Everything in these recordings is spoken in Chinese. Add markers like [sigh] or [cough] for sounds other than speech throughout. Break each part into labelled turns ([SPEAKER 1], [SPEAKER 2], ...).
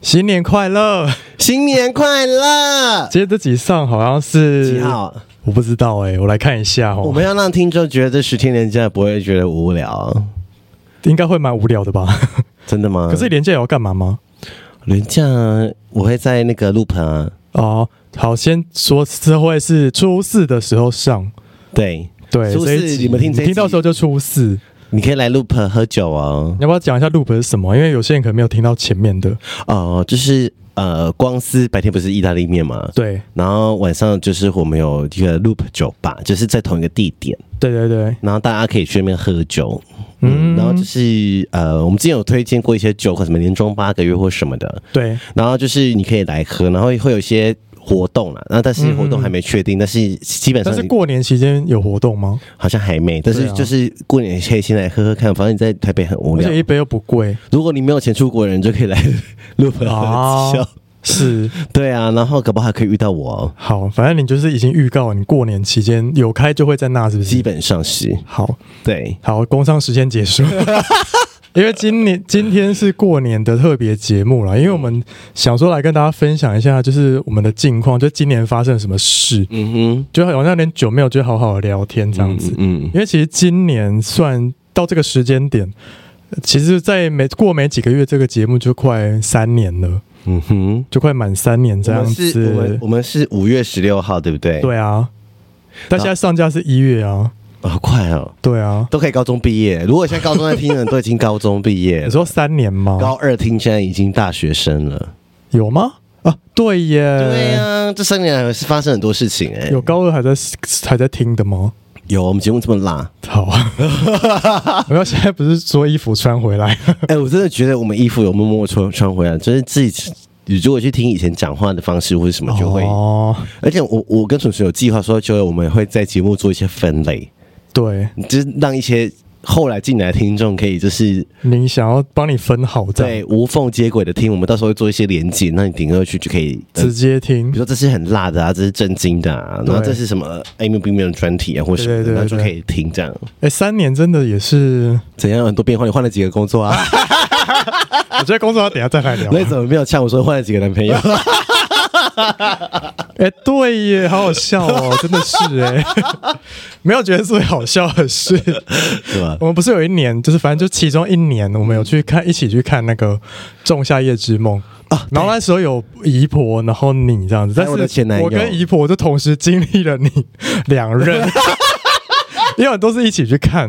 [SPEAKER 1] 新年快乐！
[SPEAKER 2] 新年快乐！
[SPEAKER 1] 今天这集上好像是
[SPEAKER 2] 几号？
[SPEAKER 1] 我不知道哎、我来看一下哦。
[SPEAKER 2] 我们要让听众觉得这十天连假不会觉得无聊，
[SPEAKER 1] 应该会蛮无聊的吧？
[SPEAKER 2] 真的吗？
[SPEAKER 1] 可是连假也要干嘛吗？
[SPEAKER 2] 连假我会在那个 loop 啊，
[SPEAKER 1] 哦，好，先说这会是初四的时候上，
[SPEAKER 2] 对，
[SPEAKER 1] 对，
[SPEAKER 2] 初四
[SPEAKER 1] 这一集
[SPEAKER 2] 你们听这一集
[SPEAKER 1] 听到时候就初四。
[SPEAKER 2] 你可以来 loop 喝酒哦
[SPEAKER 1] 你。要不要讲一下 loop 是什么？因为有些人可能没有听到前面的。
[SPEAKER 2] 哦，就是呃，光司白天不是意大利面嘛，
[SPEAKER 1] 对，
[SPEAKER 2] 然后晚上就是我们有一个 loop 酒吧，就是在同一个地点。
[SPEAKER 1] 对对对，
[SPEAKER 2] 然后大家可以去那边喝酒，
[SPEAKER 1] 嗯
[SPEAKER 2] 嗯，然后就是呃，我们之前有推荐过一些酒，或什么年终八个月或什么的，
[SPEAKER 1] 对，
[SPEAKER 2] 然后就是你可以来喝，然后会有一些活动啦，然后但是活动还没确定，但是基本
[SPEAKER 1] 嗯但
[SPEAKER 2] 上
[SPEAKER 1] 是过年期间有活动吗？
[SPEAKER 2] 好像还没，但
[SPEAKER 1] 对
[SPEAKER 2] 是
[SPEAKER 1] 啊
[SPEAKER 2] 就是过年可以先来喝喝看，反正你在台北很无
[SPEAKER 1] 而
[SPEAKER 2] 聊
[SPEAKER 1] 且，一杯又不贵
[SPEAKER 2] 如果你没有钱出国的人，就可以来 [laughs] 录本
[SPEAKER 1] 啊
[SPEAKER 2] 喝酒，
[SPEAKER 1] 是
[SPEAKER 2] 对啊，然后搞不好还可以遇到我哦，
[SPEAKER 1] 好，反正你就是已经预告你过年期间有开就会在那，是不
[SPEAKER 2] 基
[SPEAKER 1] 是？
[SPEAKER 2] 本上是
[SPEAKER 1] 好
[SPEAKER 2] 对，
[SPEAKER 1] 好，工商时间结
[SPEAKER 2] [laughs]
[SPEAKER 1] 束。因为今年今天是过年的特别节目啦，因为我们想说来跟大家分享一下，就是我们的近况，就今年发生了什么事，
[SPEAKER 2] 嗯哼，
[SPEAKER 1] 就好像有点久没有就好好的聊天这样子。
[SPEAKER 2] 嗯，嗯
[SPEAKER 1] 因为其实今年算到这个时间点，呃其实，在没过没几个月，这个节目就快三年了，
[SPEAKER 2] 嗯哼。
[SPEAKER 1] 就快满三年这
[SPEAKER 2] 我
[SPEAKER 1] 样
[SPEAKER 2] 们是，我们
[SPEAKER 1] 子。
[SPEAKER 2] 我们是五月十六号，对不对？
[SPEAKER 1] 对啊，但现在上架是一月啊，
[SPEAKER 2] 哦，好快哦，
[SPEAKER 1] 对啊。
[SPEAKER 2] 都可以高中毕业。如果现在高中在听的人都已经高中毕业
[SPEAKER 1] [laughs] 你
[SPEAKER 2] 了，
[SPEAKER 1] 说三年
[SPEAKER 2] 高
[SPEAKER 1] 吗？
[SPEAKER 2] 二听现在已经大学生了。
[SPEAKER 1] 有吗？啊，对耶，
[SPEAKER 2] 对啊，这三年来是发生很多事情哎、
[SPEAKER 1] 有高二还在还在听的吗？
[SPEAKER 2] 有我们节目这么
[SPEAKER 1] [laughs]
[SPEAKER 2] 辣， [laughs]
[SPEAKER 1] 好啊，我要现在不是说衣服穿回来，
[SPEAKER 2] 哎、我真的觉得我们衣服有默默穿穿回来，就是自己。如果去听以前讲话的方式或者什 [laughs] 么，就会。
[SPEAKER 1] 哦，
[SPEAKER 2] 而且我我跟纯纯有计划说，就我们会在节目做一些分类，
[SPEAKER 1] 对，
[SPEAKER 2] 就是让一些后来进来的听众可以就是
[SPEAKER 1] 你想要帮你分好这样，
[SPEAKER 2] 对无缝接轨的听。我们到时候会做一些连接，那你点过去就可以呃
[SPEAKER 1] 直接听
[SPEAKER 2] 比如说这是很辣的啊，这是震惊的啊，
[SPEAKER 1] 对
[SPEAKER 2] 然后这是什么 Amy b i m 的专题啊，或什么
[SPEAKER 1] 对对对
[SPEAKER 2] 的，然后就
[SPEAKER 1] 对
[SPEAKER 2] 可以听这样。
[SPEAKER 1] 哎、三年真的也是，
[SPEAKER 2] 怎样很多变化？你换了几个工作 [laughs] 啊？
[SPEAKER 1] 我觉得工作要等一下再来聊。啊
[SPEAKER 2] 那你怎么没有呛我说换了几个男朋友？
[SPEAKER 1] 哎、对耶，好好笑哦，真的是
[SPEAKER 2] [laughs]
[SPEAKER 1] 哎，没有觉得最好笑的是，
[SPEAKER 2] [laughs] 是吧？
[SPEAKER 1] 我们不是有一年，就是反正就其中一年，我们有去看，一起去看那个《仲夏夜之梦》啊，然后那时候有姨婆，然后你这样子，但
[SPEAKER 2] 还有
[SPEAKER 1] 是
[SPEAKER 2] 哎我的前男友
[SPEAKER 1] 我跟姨婆就同时经历了你两
[SPEAKER 2] [laughs]
[SPEAKER 1] 任。因为我们都是一起去看，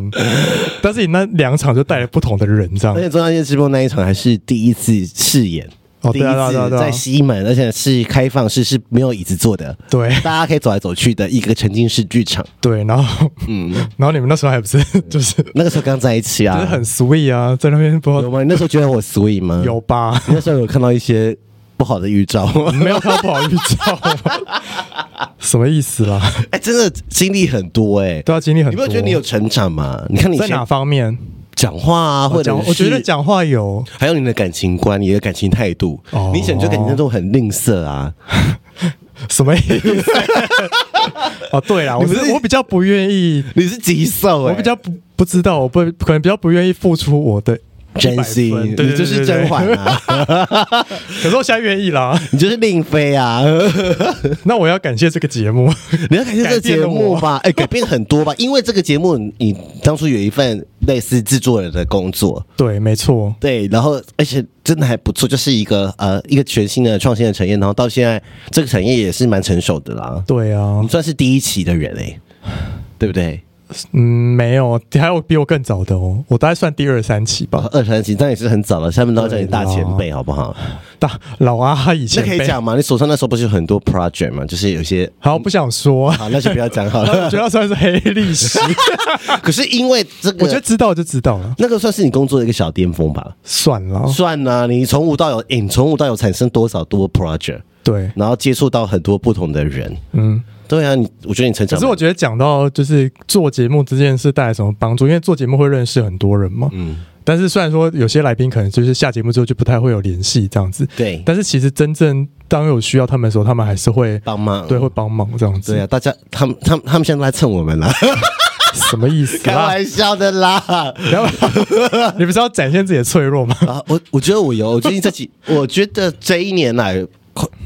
[SPEAKER 1] 但是你那两场就带了不同的人，这样
[SPEAKER 2] 而且中央夜直播那一场还是第一次饰演，
[SPEAKER 1] 哦
[SPEAKER 2] 第一
[SPEAKER 1] 对啊对啊
[SPEAKER 2] 次
[SPEAKER 1] 对啊
[SPEAKER 2] 在西门，而且是开放式，是没有椅子坐的，
[SPEAKER 1] 对
[SPEAKER 2] 大家可以走来走去的一个沉浸式剧场。
[SPEAKER 1] 对，然后嗯，然后你们那时候还不是
[SPEAKER 2] 嗯
[SPEAKER 1] 就是
[SPEAKER 2] 那个时候刚在一起 [laughs]
[SPEAKER 1] 就是
[SPEAKER 2] 啊
[SPEAKER 1] 很，sweet 啊，在那边不知
[SPEAKER 2] 有
[SPEAKER 1] 道
[SPEAKER 2] 吗？你那时候觉得我 sweet 吗？，
[SPEAKER 1] 有
[SPEAKER 2] [laughs]
[SPEAKER 1] 吧？
[SPEAKER 2] 那时候有看到一些不好的预兆吗？ [laughs]
[SPEAKER 1] 没有他不好预兆吗什么意思啦？
[SPEAKER 2] 哎，真的经历很多哎、
[SPEAKER 1] 都要经历很
[SPEAKER 2] 你
[SPEAKER 1] 多。
[SPEAKER 2] 没有觉得你有成长吗？ [laughs] 你看你以
[SPEAKER 1] 在
[SPEAKER 2] 前
[SPEAKER 1] 哪方面？
[SPEAKER 2] 讲话啊，或者
[SPEAKER 1] 讲，
[SPEAKER 2] 是
[SPEAKER 1] 我觉得讲话有，
[SPEAKER 2] 还有你的感情观、你的感情态度，
[SPEAKER 1] 哦
[SPEAKER 2] 你以前就感情态度很吝啬啊，
[SPEAKER 1] 什么意 [laughs] 思？哦，对啦，我
[SPEAKER 2] 你不
[SPEAKER 1] 是
[SPEAKER 2] 是
[SPEAKER 1] 我比较不愿意，
[SPEAKER 2] 你是极瘦哎、
[SPEAKER 1] 我比较不不知道，我不可能比较不愿意付出我的
[SPEAKER 2] 真心
[SPEAKER 1] 100分，对
[SPEAKER 2] 你就是甄。嬛
[SPEAKER 1] 对对对对
[SPEAKER 2] 啊， [laughs]
[SPEAKER 1] 可是我现在愿意啦，
[SPEAKER 2] 你就是令妃啊，
[SPEAKER 1] [laughs] 那我要感谢这个节目。
[SPEAKER 2] 你要感谢这个节目吧？哎、改变很多吧，因为这个节目你当初有一份类似制作人的工作。
[SPEAKER 1] 对，没错，
[SPEAKER 2] 对，然后而且真的还不错，就是一个呃一个全新的创新的产业，然后到现在这个产业也是蛮成熟的啦。
[SPEAKER 1] 对啊
[SPEAKER 2] 欸你，算是第一期的人哎、对不对？
[SPEAKER 1] 嗯，没有，还有比我更早的哦，我大概算第二三期吧，
[SPEAKER 2] 哦二三级，但也是很早了，下面都要叫你大前
[SPEAKER 1] 对
[SPEAKER 2] 辈，好不好？
[SPEAKER 1] 大老阿姨
[SPEAKER 2] 那
[SPEAKER 1] 前
[SPEAKER 2] 可
[SPEAKER 1] 辈。
[SPEAKER 2] 以讲吗？你手上那时候不是有很多 project 吗？就是有些
[SPEAKER 1] 好，不想说， [laughs]
[SPEAKER 2] 好，那就不要讲好了
[SPEAKER 1] 主。要算是黑历
[SPEAKER 2] [laughs]
[SPEAKER 1] 史。
[SPEAKER 2] 可是因为这个，
[SPEAKER 1] 我觉得知道就知道了，
[SPEAKER 2] 那个算是你工作的一个小巅峰吧。
[SPEAKER 1] 算了。
[SPEAKER 2] 算啦、你从无到有，欸诶你从无到有产生多少多 project，
[SPEAKER 1] 对，
[SPEAKER 2] 然后接触到很多不同的人。
[SPEAKER 1] 嗯。
[SPEAKER 2] 对啊，你我觉得你成
[SPEAKER 1] 可
[SPEAKER 2] 长
[SPEAKER 1] 是我觉得讲到就是做节目这件事带来什么帮助，因为做节目会认识很多人嘛。
[SPEAKER 2] 嗯，
[SPEAKER 1] 但是虽然说有些来宾可能就是下节目之后就不太会有联系这样子，
[SPEAKER 2] 对，
[SPEAKER 1] 但是其实真正当有需要他们的时候，他们还是会
[SPEAKER 2] 帮忙，
[SPEAKER 1] 对会帮忙这样子。
[SPEAKER 2] 对啊，大家他们他们他们现在都在蹭我们啦，
[SPEAKER 1] [laughs] 什么意思
[SPEAKER 2] 开
[SPEAKER 1] 啦？
[SPEAKER 2] 玩笑的啦。
[SPEAKER 1] 不要 [laughs] 你不是要展现自己的脆弱吗？
[SPEAKER 2] 啊，我我觉
[SPEAKER 1] [laughs]
[SPEAKER 2] 得我有，我最近这几，我觉得这一年来，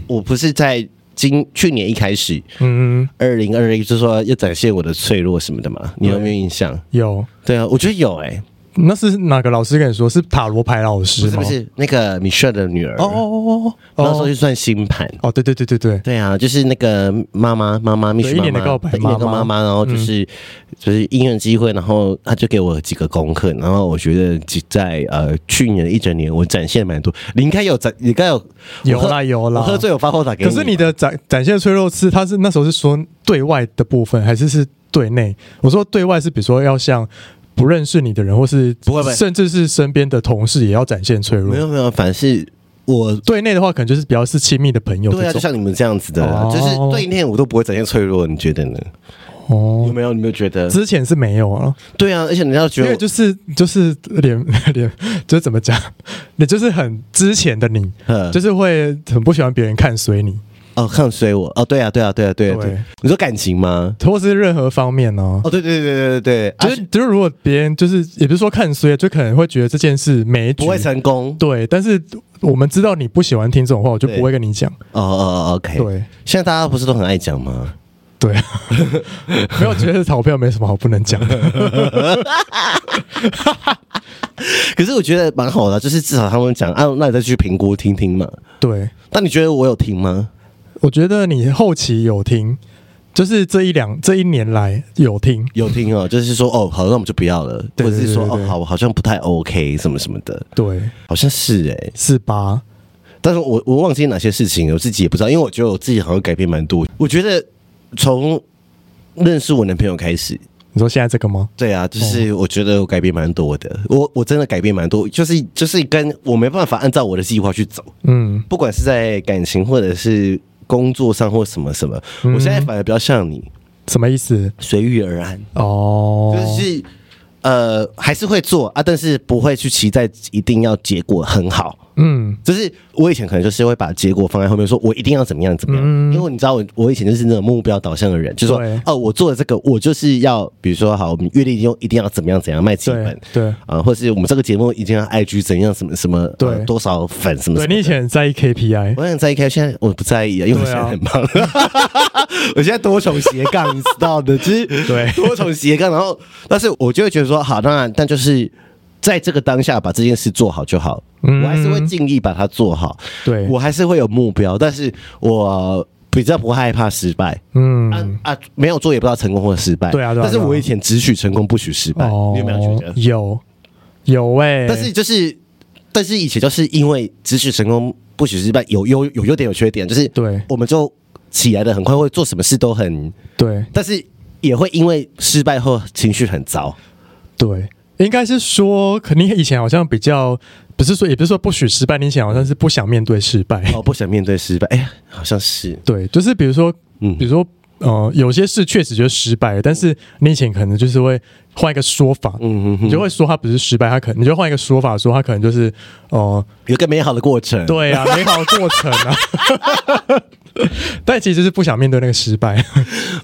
[SPEAKER 2] 我不是在今去年一开始，
[SPEAKER 1] 嗯，
[SPEAKER 2] 二零二一，就说要展现我的脆弱什么的嘛，你有没有印象？
[SPEAKER 1] 有。
[SPEAKER 2] 对啊，我觉得有哎、
[SPEAKER 1] 那是哪个老师跟你说？是塔罗牌老师
[SPEAKER 2] 不是
[SPEAKER 1] 吗？
[SPEAKER 2] 不是那个米雪的女儿，
[SPEAKER 1] 哦哦哦哦
[SPEAKER 2] 那时候
[SPEAKER 1] 哦
[SPEAKER 2] 就算星盘。
[SPEAKER 1] 哦，对对对对对，
[SPEAKER 2] 对啊，就是那个妈妈妈妈，蜜雪
[SPEAKER 1] 一
[SPEAKER 2] 妈妈，
[SPEAKER 1] 年的告白
[SPEAKER 2] 对一年的
[SPEAKER 1] 妈妈嗯
[SPEAKER 2] 妈妈，然后就是、就是因缘机会，然后她就给我几个功课，然后我觉得几在呃去年的一整年，我展现蛮多。你应该有展，你应该有
[SPEAKER 1] 有
[SPEAKER 2] 我喝
[SPEAKER 1] 啦有啦
[SPEAKER 2] 我喝醉有发后打给
[SPEAKER 1] 可
[SPEAKER 2] 你。
[SPEAKER 1] 是你的展展现脆弱是，他是那时候是说对外的部分，还是是对内？我说对外是比如说要向不认识你的人，或是
[SPEAKER 2] 不会不会
[SPEAKER 1] 甚至是身边的同事也要展现脆
[SPEAKER 2] 没有
[SPEAKER 1] 弱。
[SPEAKER 2] 没有，反正是我
[SPEAKER 1] 对内的话，可能就是比较是亲密的朋友
[SPEAKER 2] 对
[SPEAKER 1] 这
[SPEAKER 2] 啊，就
[SPEAKER 1] 种。
[SPEAKER 2] 像你们这样子的啊，
[SPEAKER 1] 哦
[SPEAKER 2] 就是对面我都不会展现脆弱，你觉得呢？有
[SPEAKER 1] 哦，
[SPEAKER 2] 没有？你没有觉得？
[SPEAKER 1] 之前是没有啊，
[SPEAKER 2] 对啊，而且人家觉
[SPEAKER 1] 因
[SPEAKER 2] 得
[SPEAKER 1] 为
[SPEAKER 2] 我
[SPEAKER 1] 就是就是脸 [laughs] 脸就是怎么讲，你就是很之前的你，
[SPEAKER 2] 嗯
[SPEAKER 1] 就是会很不喜欢别人看随你，
[SPEAKER 2] 哦，看衰我哦，对啊，对啊，对啊，对啊，对
[SPEAKER 1] 对
[SPEAKER 2] 啊，你说感情吗？
[SPEAKER 1] 或是任何方面呢、
[SPEAKER 2] 哦，对对对对对对，
[SPEAKER 1] 就
[SPEAKER 2] 啊
[SPEAKER 1] 是就是，如果别人就是也不是说看衰，就可能会觉得这件事没
[SPEAKER 2] 不会成功。
[SPEAKER 1] 对，但是我们知道你不喜欢听这种话，我就不会跟你讲。
[SPEAKER 2] 哦哦哦，OK。
[SPEAKER 1] 对
[SPEAKER 2] 现在大家不是都很爱讲吗？ [laughs]
[SPEAKER 1] 对，没有觉得逃票没什么好不能讲的。
[SPEAKER 2] 可是我觉得蛮好的啊，就是至少他们讲，啊，那你再去评估听听嘛。
[SPEAKER 1] 对，
[SPEAKER 2] 但你觉得我有听吗？
[SPEAKER 1] 我觉得你后期有听，就是这一两这一年来有听，
[SPEAKER 2] 有听
[SPEAKER 1] [laughs]
[SPEAKER 2] 哦，就是说哦，好，那我们就不要了，
[SPEAKER 1] 对
[SPEAKER 2] 或者是说
[SPEAKER 1] 对对
[SPEAKER 2] 哦
[SPEAKER 1] 对，
[SPEAKER 2] 好，好像不太 OK，什么什么的，
[SPEAKER 1] 对，
[SPEAKER 2] 好像是哎、
[SPEAKER 1] 是吧？
[SPEAKER 2] 但是我我忘记哪些事情了，我自己也不知道，因为我觉得我自己好像改变蛮多。我觉得从认识我男朋友开始，
[SPEAKER 1] 你说现在这个吗？
[SPEAKER 2] 对啊，就是我觉得我改变蛮多的，我我真的改变蛮多，就是就是跟我没办法按照我的计划去走，
[SPEAKER 1] 嗯，
[SPEAKER 2] 不管是在感情或者是工作上或什么什么，
[SPEAKER 1] 嗯
[SPEAKER 2] 我现在反而比较像你
[SPEAKER 1] 什么意思？
[SPEAKER 2] 随遇而安，
[SPEAKER 1] 哦，
[SPEAKER 2] 就是。呃，还是会做啊，但是不会去期待一定要结果很好。
[SPEAKER 1] 嗯，
[SPEAKER 2] 就是我以前可能就是会把结果放在后面，说我一定要怎么样怎么样，因为你知道我我以前就是那种目标导向的人，就是
[SPEAKER 1] 嗯对
[SPEAKER 2] 说哦，我做了这个，我就是要比如说好，我们月历一定一定要怎么样怎样卖几
[SPEAKER 1] 对
[SPEAKER 2] 本。
[SPEAKER 1] 对
[SPEAKER 2] 啊、或是我们这个节目一定要 IG 怎样什么什么，呃
[SPEAKER 1] 对
[SPEAKER 2] 多少粉什么什
[SPEAKER 1] 对，
[SPEAKER 2] 么
[SPEAKER 1] 你以
[SPEAKER 2] 的。
[SPEAKER 1] 前很在意 KPI，
[SPEAKER 2] 我很在意开，现在我不在意啊，因为我
[SPEAKER 1] 对
[SPEAKER 2] 现
[SPEAKER 1] 啊
[SPEAKER 2] 在很忙，
[SPEAKER 1] [laughs]
[SPEAKER 2] 我现在多重斜杠，你知道的，就是
[SPEAKER 1] 对
[SPEAKER 2] 多重斜杠。然后，但是我就会觉得说，好，当然，但就是在这个当下把这件事做好就好，
[SPEAKER 1] 嗯
[SPEAKER 2] 我还是会尽力把它做好。
[SPEAKER 1] 对，
[SPEAKER 2] 我还是会有目标，但是我比较不害怕失败。
[SPEAKER 1] 嗯，
[SPEAKER 2] 啊啊，没有做也不知道成功或失败。
[SPEAKER 1] 对啊对啊
[SPEAKER 2] 但是
[SPEAKER 1] 对啊
[SPEAKER 2] 我以前只许成功不许失败，
[SPEAKER 1] 哦，
[SPEAKER 2] 你有没有觉得？
[SPEAKER 1] 有有哎、
[SPEAKER 2] 但是就是，但是以前就是因为只许成功不许失败，有优有优点有缺点，就是
[SPEAKER 1] 对
[SPEAKER 2] 我们就起来的很快，会做什么事都很，
[SPEAKER 1] 对
[SPEAKER 2] 但是也会因为失败后情绪很糟。
[SPEAKER 1] 对，应该是说，可你以前好像比较，不是说也不是说不许失败，你以前好像是不想面对失败。
[SPEAKER 2] 哦，不想面对失败，哎呀，好像是，
[SPEAKER 1] 对，就是比如说，
[SPEAKER 2] 嗯
[SPEAKER 1] 比如说，呃，有些事确实就是失败了，但是你以前可能就是会换一个说法，
[SPEAKER 2] 嗯嗯
[SPEAKER 1] 你就会说它不是失败，它可能你就换一个说法说它可能就是， [laughs] 哦、
[SPEAKER 2] 有个美好的过程。
[SPEAKER 1] 对啊，美好过程啊。但其实是不想面对那个失败，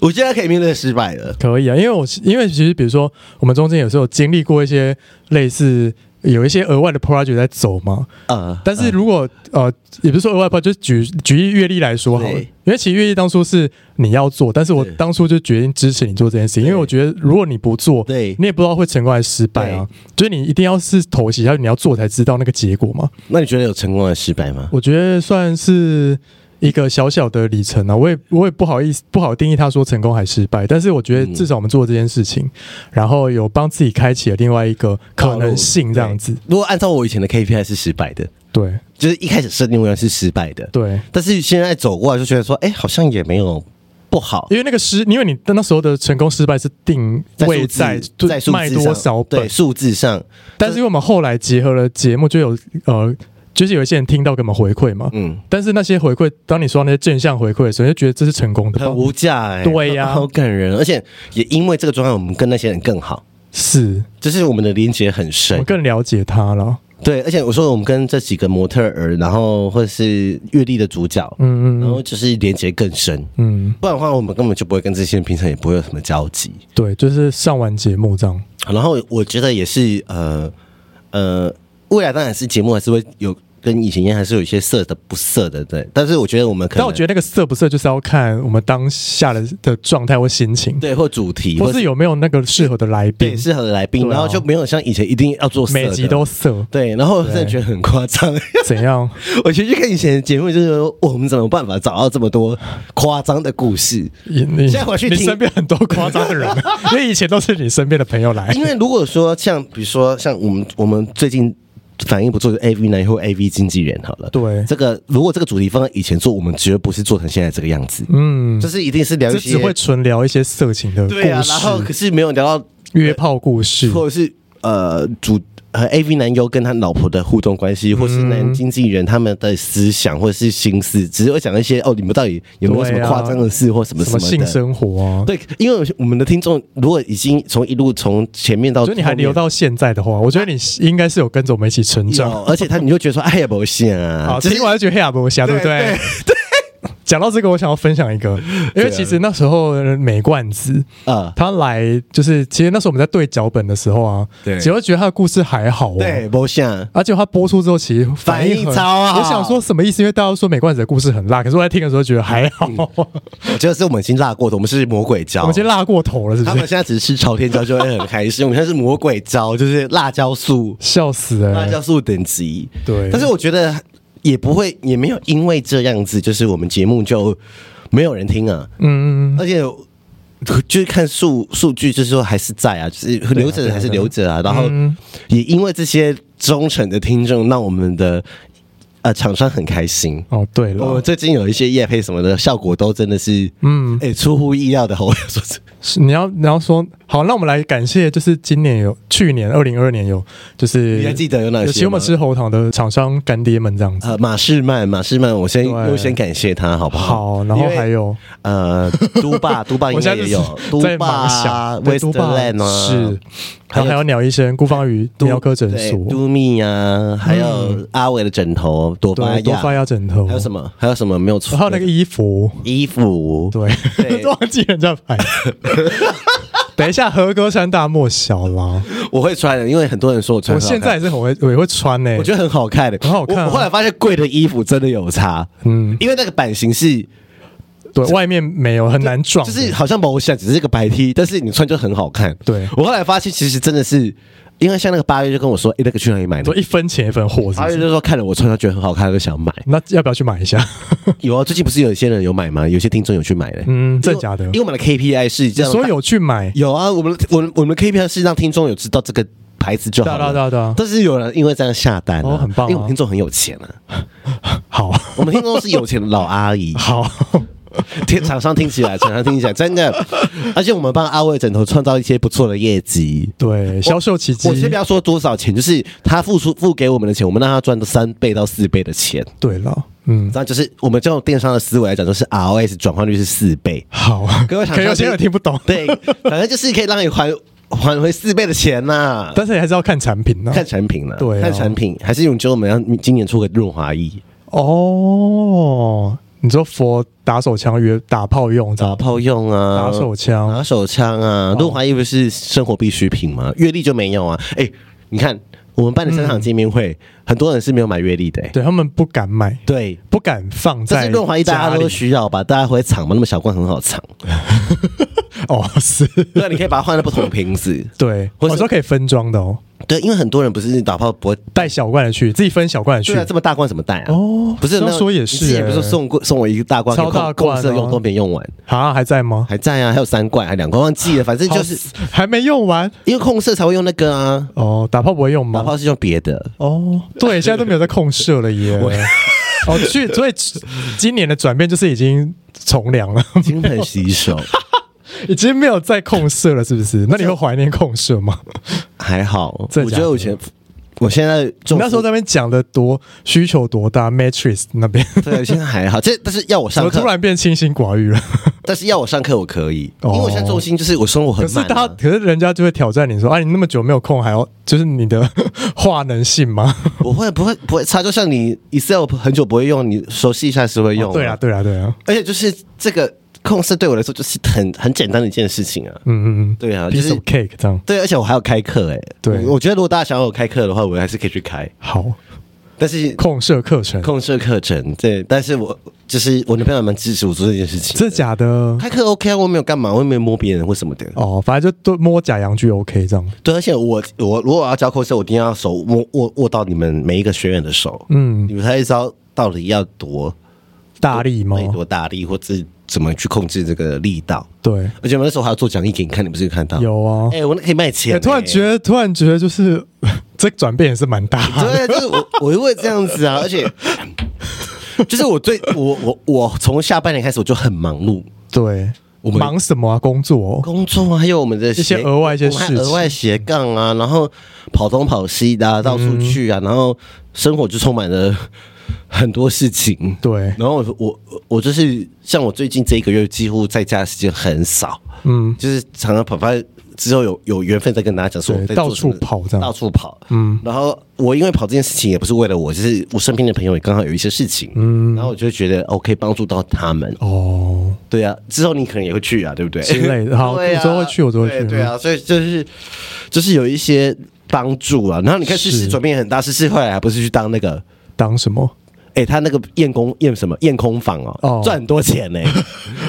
[SPEAKER 2] 我现在可以面对失败了。
[SPEAKER 1] 可以啊，因为我因为其实比如说，我们中间有时候有经历过一些类似有一些额外的 project 在走嘛，
[SPEAKER 2] 啊，
[SPEAKER 1] 但是如果、呃，也不是说额外报，就是举举例阅历来说好了，
[SPEAKER 2] 对
[SPEAKER 1] 因为其实阅历当初是你要做，但是我
[SPEAKER 2] 对
[SPEAKER 1] 当初就决定支持你做这件事情，因为我觉得如果你不做，
[SPEAKER 2] 对
[SPEAKER 1] 你也不知道会成功还是失败啊，所以你一定要是投袭，然后你要做才知道那个结果嘛。
[SPEAKER 2] 那你觉得有成功的失败吗？
[SPEAKER 1] 我觉得算是。一个小小的里程啊，我也我也不好意思不好定义他说成功还失败，但是我觉
[SPEAKER 2] 嗯
[SPEAKER 1] 得至少我们做这件事情，然后有帮自己开启了另外一个可能性，这样子，
[SPEAKER 2] 如果按照我以前的 KPI 是失败的，
[SPEAKER 1] 对
[SPEAKER 2] 就是一开始设定目标是失败的，
[SPEAKER 1] 对，
[SPEAKER 2] 但是现在走过来就觉得说，哎、好像也没有不好。
[SPEAKER 1] 因为那个失，因为你那时候的成功失败是定
[SPEAKER 2] 在数
[SPEAKER 1] 位
[SPEAKER 2] 字
[SPEAKER 1] 在
[SPEAKER 2] 在数字
[SPEAKER 1] 卖多
[SPEAKER 2] 上
[SPEAKER 1] 少
[SPEAKER 2] 对
[SPEAKER 1] 本，
[SPEAKER 2] 数字上，
[SPEAKER 1] 但是因为我们后来结合了节目，就有呃，就是有一些人听到给我们回馈嘛，
[SPEAKER 2] 嗯，
[SPEAKER 1] 但是那些回馈，当你说到那些正向回馈的时候，你就觉得这是成功的吧，
[SPEAKER 2] 很无价哎、
[SPEAKER 1] 对呀
[SPEAKER 2] [laughs] 好感人，而且也因为这个状态，我们跟那些人更好，
[SPEAKER 1] 是
[SPEAKER 2] 就是我们的连接很
[SPEAKER 1] 我
[SPEAKER 2] 深
[SPEAKER 1] 们。更了解他了，
[SPEAKER 2] 对，而且我说我们跟这几个模特儿，然后或者是阅历的主角，
[SPEAKER 1] 嗯
[SPEAKER 2] 然
[SPEAKER 1] 嗯
[SPEAKER 2] 后就是连接更深。
[SPEAKER 1] 嗯，
[SPEAKER 2] 不然的话，我们根本就不会跟这些人平常也不会有什么交集。
[SPEAKER 1] 对，就是上完节目这样，
[SPEAKER 2] 然后我觉得也是，呃呃，未来当然是节目还是会有跟以前一样，还是有一些色的不色的，对。但是我觉得我们可能，
[SPEAKER 1] 但我觉得那个色不色就是要看我们当下的的状态或心情，
[SPEAKER 2] 对或主题
[SPEAKER 1] 或
[SPEAKER 2] 或
[SPEAKER 1] 是有没有那个适合的来宾
[SPEAKER 2] 对，适合的来宾，
[SPEAKER 1] 对啊
[SPEAKER 2] 然后就没有像以前一定要做色的
[SPEAKER 1] 每集都色，
[SPEAKER 2] 对，然后我真的觉得很夸张。
[SPEAKER 1] 怎样？
[SPEAKER 2] 我其实看以前的节目，就是说我们怎么办法找到这么多夸张的故事？
[SPEAKER 1] 你你
[SPEAKER 2] 现在回去
[SPEAKER 1] 你
[SPEAKER 2] 听
[SPEAKER 1] 身边很多夸张的人，
[SPEAKER 2] [laughs]
[SPEAKER 1] 因为以前都是你身边的朋友来，
[SPEAKER 2] 因为如果说像比如说像我们我们最近反应不错的 AV 男或 AV 经纪人好了，
[SPEAKER 1] 对
[SPEAKER 2] 这个如果这个主题放在以前做，我们绝对不是做成现在这个样子，
[SPEAKER 1] 嗯，
[SPEAKER 2] 就是一定是聊一
[SPEAKER 1] 这
[SPEAKER 2] 些
[SPEAKER 1] 只会纯聊一些色情的故
[SPEAKER 2] 对啊，然后
[SPEAKER 1] 事，
[SPEAKER 2] 可是没有聊到
[SPEAKER 1] 约炮故事，
[SPEAKER 2] 或者是呃主和 AV 男优跟他老婆的互动关
[SPEAKER 1] 嗯
[SPEAKER 2] 系，或是男经纪人他们的思想或者是心思，只是会讲一些哦，你们到底有没有什么
[SPEAKER 1] 对啊
[SPEAKER 2] 夸张的事或什么
[SPEAKER 1] 什
[SPEAKER 2] 么
[SPEAKER 1] 么
[SPEAKER 2] 的
[SPEAKER 1] 性生活啊。
[SPEAKER 2] 对，因为我们的听众如果已经从一路从前面到
[SPEAKER 1] 所以你还
[SPEAKER 2] 后面
[SPEAKER 1] 留到现在的话，我觉得你应该是有跟着我们一起成
[SPEAKER 2] 有
[SPEAKER 1] 长。，
[SPEAKER 2] 哦而且他你就觉得说哎呀不行啊
[SPEAKER 1] 好，，
[SPEAKER 2] 就
[SPEAKER 1] 哦
[SPEAKER 2] 是
[SPEAKER 1] 听完就觉得黑亚伯侠，对不 [laughs] 对？对。讲到这个，我想要分享一个，因为其实那时候呃美冠子
[SPEAKER 2] 啊，
[SPEAKER 1] 他来，就是其实那时候我们在对脚本的时候啊，
[SPEAKER 2] 对
[SPEAKER 1] 只会觉得他的故事还好啊。
[SPEAKER 2] 对，不像。
[SPEAKER 1] 而且他播出之后，其实反应
[SPEAKER 2] 反应
[SPEAKER 1] 很
[SPEAKER 2] 超好
[SPEAKER 1] 我想说什么意思？因为大家都说美冠子的故事很辣，可是我在听的时候觉得还好，
[SPEAKER 2] 嗯
[SPEAKER 1] [laughs]
[SPEAKER 2] 我觉得是我们已经辣过头，我们是魔鬼椒。
[SPEAKER 1] 我们今天辣过头了，是不
[SPEAKER 2] 他
[SPEAKER 1] 是
[SPEAKER 2] 们？现在只是吃朝天椒就会很开心，我们现在是魔鬼椒，就是辣椒素，
[SPEAKER 1] 笑死哎、
[SPEAKER 2] 辣椒素等级。
[SPEAKER 1] 对，
[SPEAKER 2] 但是我觉得也不会，也没有因为这样子，就是我们节目就没有人听啊。
[SPEAKER 1] 嗯，嗯嗯
[SPEAKER 2] 而且就是看数数据，就是说还是在啊，就是留着的还是留着
[SPEAKER 1] 嗯
[SPEAKER 2] 啊。然后也因为这些忠诚的听众，让我们的呃厂商很开心。
[SPEAKER 1] 哦对
[SPEAKER 2] 我
[SPEAKER 1] 了
[SPEAKER 2] 们，最近有一些夜配什么的效果，都真的是
[SPEAKER 1] 嗯，
[SPEAKER 2] 哎、出乎意料的好。我说是
[SPEAKER 1] 是你要你要说好，那我们来感谢，就是今年有去年二零二二年有，就是
[SPEAKER 2] 你还记得有哪些吗
[SPEAKER 1] 有请我们吃喉糖的厂商干爹们这样子。
[SPEAKER 2] 呃马士曼，马士曼，我先
[SPEAKER 1] 对
[SPEAKER 2] 优先感谢他，好不好？
[SPEAKER 1] 好，然后
[SPEAKER 2] 因为
[SPEAKER 1] 还有
[SPEAKER 2] 呃，都
[SPEAKER 1] [laughs]
[SPEAKER 2] 霸，都霸应
[SPEAKER 1] 我
[SPEAKER 2] 该
[SPEAKER 1] 现在
[SPEAKER 2] 也
[SPEAKER 1] 就是
[SPEAKER 2] 有，
[SPEAKER 1] [laughs]
[SPEAKER 2] 都
[SPEAKER 1] 在
[SPEAKER 2] 霸
[SPEAKER 1] 忙
[SPEAKER 2] 啊
[SPEAKER 1] 想，对都霸
[SPEAKER 2] Westland 啊，
[SPEAKER 1] 是，然后还有鸟医生、顾方宇
[SPEAKER 2] 都
[SPEAKER 1] 鸟科诊
[SPEAKER 2] 对
[SPEAKER 1] 所，
[SPEAKER 2] 都蜜啊，还有阿伟的枕头，朵巴
[SPEAKER 1] 对，多
[SPEAKER 2] 亚，
[SPEAKER 1] 发压枕头，
[SPEAKER 2] 还有什
[SPEAKER 1] 么？
[SPEAKER 2] 么？还有什么没有出？
[SPEAKER 1] 然后那个衣服，
[SPEAKER 2] 衣服，对
[SPEAKER 1] 对，都 [laughs] 忘记人家
[SPEAKER 2] [laughs]
[SPEAKER 1] 牌。等一下，和歌山大漠小狼，
[SPEAKER 2] 我会穿的，因为很多人说我穿
[SPEAKER 1] 我
[SPEAKER 2] 很好看，
[SPEAKER 1] 现在也是很会，我也会穿欸呢。
[SPEAKER 2] 我觉得很好看的，
[SPEAKER 1] 很好看啊
[SPEAKER 2] 我我后来发现贵的衣服真的有差，嗯，因为那个版型是
[SPEAKER 1] 对外面没有很难撞，
[SPEAKER 2] 就是好像某想只是个白 T，但是你穿就很好看。
[SPEAKER 1] 对
[SPEAKER 2] 我后来发现，其实真的是因为像那个八月就跟我说，哎，那个去哪里买的
[SPEAKER 1] 说？一分钱一分货，是
[SPEAKER 2] 八
[SPEAKER 1] 不
[SPEAKER 2] 月
[SPEAKER 1] 是？
[SPEAKER 2] 就说看了我穿，他觉得很好看，他就想买。
[SPEAKER 1] 那要不要去买
[SPEAKER 2] [laughs]
[SPEAKER 1] 一下？
[SPEAKER 2] 有啊，最近不是有一些人有买吗？有些听众有去买的，
[SPEAKER 1] 嗯
[SPEAKER 2] 因为
[SPEAKER 1] 真假的
[SPEAKER 2] 因为我们的 KPI 是这样，
[SPEAKER 1] 所以有去买，
[SPEAKER 2] 有啊，我们的我们我们的 KPI 是让听众有知道这个牌子就好
[SPEAKER 1] 对啊
[SPEAKER 2] 了，
[SPEAKER 1] 对啊对啊对啊
[SPEAKER 2] 但是有人因为这样下单、啊，
[SPEAKER 1] 哦很棒啊
[SPEAKER 2] 因为我们听众很有钱啊，
[SPEAKER 1] 好，
[SPEAKER 2] 我们听众是有钱的老阿姨
[SPEAKER 1] [laughs] 好，
[SPEAKER 2] 听厂商听起来，厂商听起来真的，而且我们帮阿伟枕头创造一些不错的业绩。
[SPEAKER 1] 对，销售奇迹
[SPEAKER 2] 我，先不要说多少钱，就是他付出付给我们的钱，我们让他赚到三倍到四倍的钱。
[SPEAKER 1] 对了，嗯，
[SPEAKER 2] 那就是我们这种电商的思维来讲，就是 ROS 转换率是四倍。
[SPEAKER 1] 好，
[SPEAKER 2] 各位
[SPEAKER 1] 可
[SPEAKER 2] 厂商
[SPEAKER 1] 能有些人听不懂，
[SPEAKER 2] 对，反正就是可以让你还 [laughs] 还回四倍的钱呐、
[SPEAKER 1] 但是你还是要看产品呢。
[SPEAKER 2] 看产品了，
[SPEAKER 1] 啊对啊
[SPEAKER 2] 看产品，还是有觉得我们要今年出个润滑液，
[SPEAKER 1] 哦，你说佛打手枪约打炮用，
[SPEAKER 2] 打炮用啊，
[SPEAKER 1] 打手枪哦
[SPEAKER 2] 打手枪啊，润滑液不是生活必需品吗？阅历就没有啊，哎、你看我们办的三场见面会，
[SPEAKER 1] 嗯
[SPEAKER 2] 很多人是没有买阅历的、欸，
[SPEAKER 1] 对他们不敢买，
[SPEAKER 2] 对。
[SPEAKER 1] 不敢放
[SPEAKER 2] 但
[SPEAKER 1] 在
[SPEAKER 2] 是润滑液大
[SPEAKER 1] 家
[SPEAKER 2] 家都
[SPEAKER 1] 里。 [laughs]
[SPEAKER 2] 需要吧？大家会藏吗？那么小罐很好藏，
[SPEAKER 1] 哦， [laughs] 是，
[SPEAKER 2] 对，你可以把它换在不同的瓶子。
[SPEAKER 1] 对，
[SPEAKER 2] 或
[SPEAKER 1] 我
[SPEAKER 2] 是
[SPEAKER 1] 说可以分装的哦，
[SPEAKER 2] 对，因为很多人不是打泡不会
[SPEAKER 1] 带小罐的去，自己分小罐的去
[SPEAKER 2] 对啊，。这么大罐怎么带啊？
[SPEAKER 1] 哦
[SPEAKER 2] 不是，
[SPEAKER 1] 这样
[SPEAKER 2] 那
[SPEAKER 1] 说也
[SPEAKER 2] 你
[SPEAKER 1] 是
[SPEAKER 2] 之
[SPEAKER 1] 欸
[SPEAKER 2] 前不是送过送我一个大罐，
[SPEAKER 1] 超大
[SPEAKER 2] 可以控
[SPEAKER 1] 罐
[SPEAKER 2] 控色
[SPEAKER 1] 哦
[SPEAKER 2] 用都没用完，
[SPEAKER 1] 啊，还在吗？
[SPEAKER 2] 还在啊，还有三罐，还两罐忘记了，反正就是
[SPEAKER 1] [laughs] 好还没用完
[SPEAKER 2] 因为控色才会用那个啊，
[SPEAKER 1] 哦，打炮不会用
[SPEAKER 2] 哪
[SPEAKER 1] 吗？
[SPEAKER 2] 怕是用
[SPEAKER 1] [laughs]
[SPEAKER 2] 别的。
[SPEAKER 1] 哦，对，现在都没有在控射了
[SPEAKER 2] [laughs]
[SPEAKER 1] 耶。哦，去，所以今年的转变就是已经从良了， [laughs]
[SPEAKER 2] 金盆洗手
[SPEAKER 1] 已经没有再控射了，是不是？那你会怀念控射吗？
[SPEAKER 2] 还好，
[SPEAKER 1] [laughs] 真
[SPEAKER 2] 我
[SPEAKER 1] 的假
[SPEAKER 2] 觉
[SPEAKER 1] 的
[SPEAKER 2] 得我以前，我现在
[SPEAKER 1] 你
[SPEAKER 2] 重
[SPEAKER 1] 那时候在那边讲的多需求多大，Matrix 那边
[SPEAKER 2] 对，现在还好，这但是要我
[SPEAKER 1] 怎
[SPEAKER 2] 上
[SPEAKER 1] 么
[SPEAKER 2] 课
[SPEAKER 1] 突，然变清心寡欲了？
[SPEAKER 2] 但是要我上课我可以，因
[SPEAKER 1] 哦
[SPEAKER 2] 为我现在重心就是我生活很
[SPEAKER 1] 可是
[SPEAKER 2] 慢
[SPEAKER 1] 他，
[SPEAKER 2] 啊。
[SPEAKER 1] 可是人家就会挑战你说：“啊，你那么久没有空，还要就是你的 [laughs] 话能信吗
[SPEAKER 2] 我会不会不会差，就像你 Excel 很久不会用，你熟悉一下是会？”用。
[SPEAKER 1] 对啊，，对啊，对啊，
[SPEAKER 2] 而且就是这个控色对我来说就是很很简单的一件事情啊。
[SPEAKER 1] 嗯嗯嗯
[SPEAKER 2] 对啊，就
[SPEAKER 1] ，piece
[SPEAKER 2] 是
[SPEAKER 1] of cake 这样
[SPEAKER 2] 对，而且我还要开课哎、
[SPEAKER 1] 对
[SPEAKER 2] 我我觉得如果大家想要我开课的话，我还是可以去开，
[SPEAKER 1] 好
[SPEAKER 2] 但是
[SPEAKER 1] 控射课程，
[SPEAKER 2] [laughs] 控社课程对，但是我就是我男朋友蛮支持我做这件事情。
[SPEAKER 1] 真的假的？
[SPEAKER 2] [laughs] 开课 OK 啊，我没有干嘛，我也没有摸别人或什么的。
[SPEAKER 1] 哦，反正就都摸假洋芋 OK 这样。
[SPEAKER 2] 对，而且我我如果要教控社，我一定要手握握握到你们每一个学员的手，
[SPEAKER 1] 嗯，
[SPEAKER 2] 你们才知道到底要多
[SPEAKER 1] 大力吗？
[SPEAKER 2] 多大力，或者怎么去控制这个力道。
[SPEAKER 1] 对，
[SPEAKER 2] 而且我那时候还要做讲义给你看，你不是有看到？
[SPEAKER 1] 有啊。
[SPEAKER 2] 哎、我那可以卖钱、
[SPEAKER 1] 欸突然觉
[SPEAKER 2] 得。
[SPEAKER 1] 得，突然觉得，就是这转变也是蛮大的。
[SPEAKER 2] [laughs] 对，啊就是我，我就会这样
[SPEAKER 1] [laughs]
[SPEAKER 2] 子啊，而且就是我最我我我从下半年开始我就很忙碌，
[SPEAKER 1] 对，
[SPEAKER 2] 我们
[SPEAKER 1] 忙什么啊？工作哦？
[SPEAKER 2] 工作啊还有我们的一
[SPEAKER 1] 些额外一些事情
[SPEAKER 2] 额外斜杠啊，然后跑东跑西的、啊，到处去啊，然后生活就充满了很多事情。
[SPEAKER 1] 对，
[SPEAKER 2] 然后我我我我就是像我最近这一个月几乎在家的时间很少，
[SPEAKER 1] 嗯，
[SPEAKER 2] 就是常常跑跑。之后有有缘分再跟大家讲说我
[SPEAKER 1] 对
[SPEAKER 2] 在做什么
[SPEAKER 1] 到处跑这样
[SPEAKER 2] 到处跑，嗯，然后我因为跑这件事情也不是为了我，就是我身边的朋友也刚好有一些事情，嗯，然后我就觉得哦可以帮助到他们，
[SPEAKER 1] 哦，
[SPEAKER 2] 对啊，之后你可能也会去啊，对不对？
[SPEAKER 1] 之类
[SPEAKER 2] [laughs]
[SPEAKER 1] 的好
[SPEAKER 2] 对啊
[SPEAKER 1] 我都会去我都会去嗯
[SPEAKER 2] 对对啊，所以就是就是有一些帮助啊，然后你看
[SPEAKER 1] 是
[SPEAKER 2] 世事转变也很大，世事后来还不是去当那个。
[SPEAKER 1] 当什么？ [laughs]
[SPEAKER 2] 哎、他那个验工验什么验空房
[SPEAKER 1] 哦
[SPEAKER 2] 哦，赚、很多钱
[SPEAKER 1] [laughs]
[SPEAKER 2] 呢、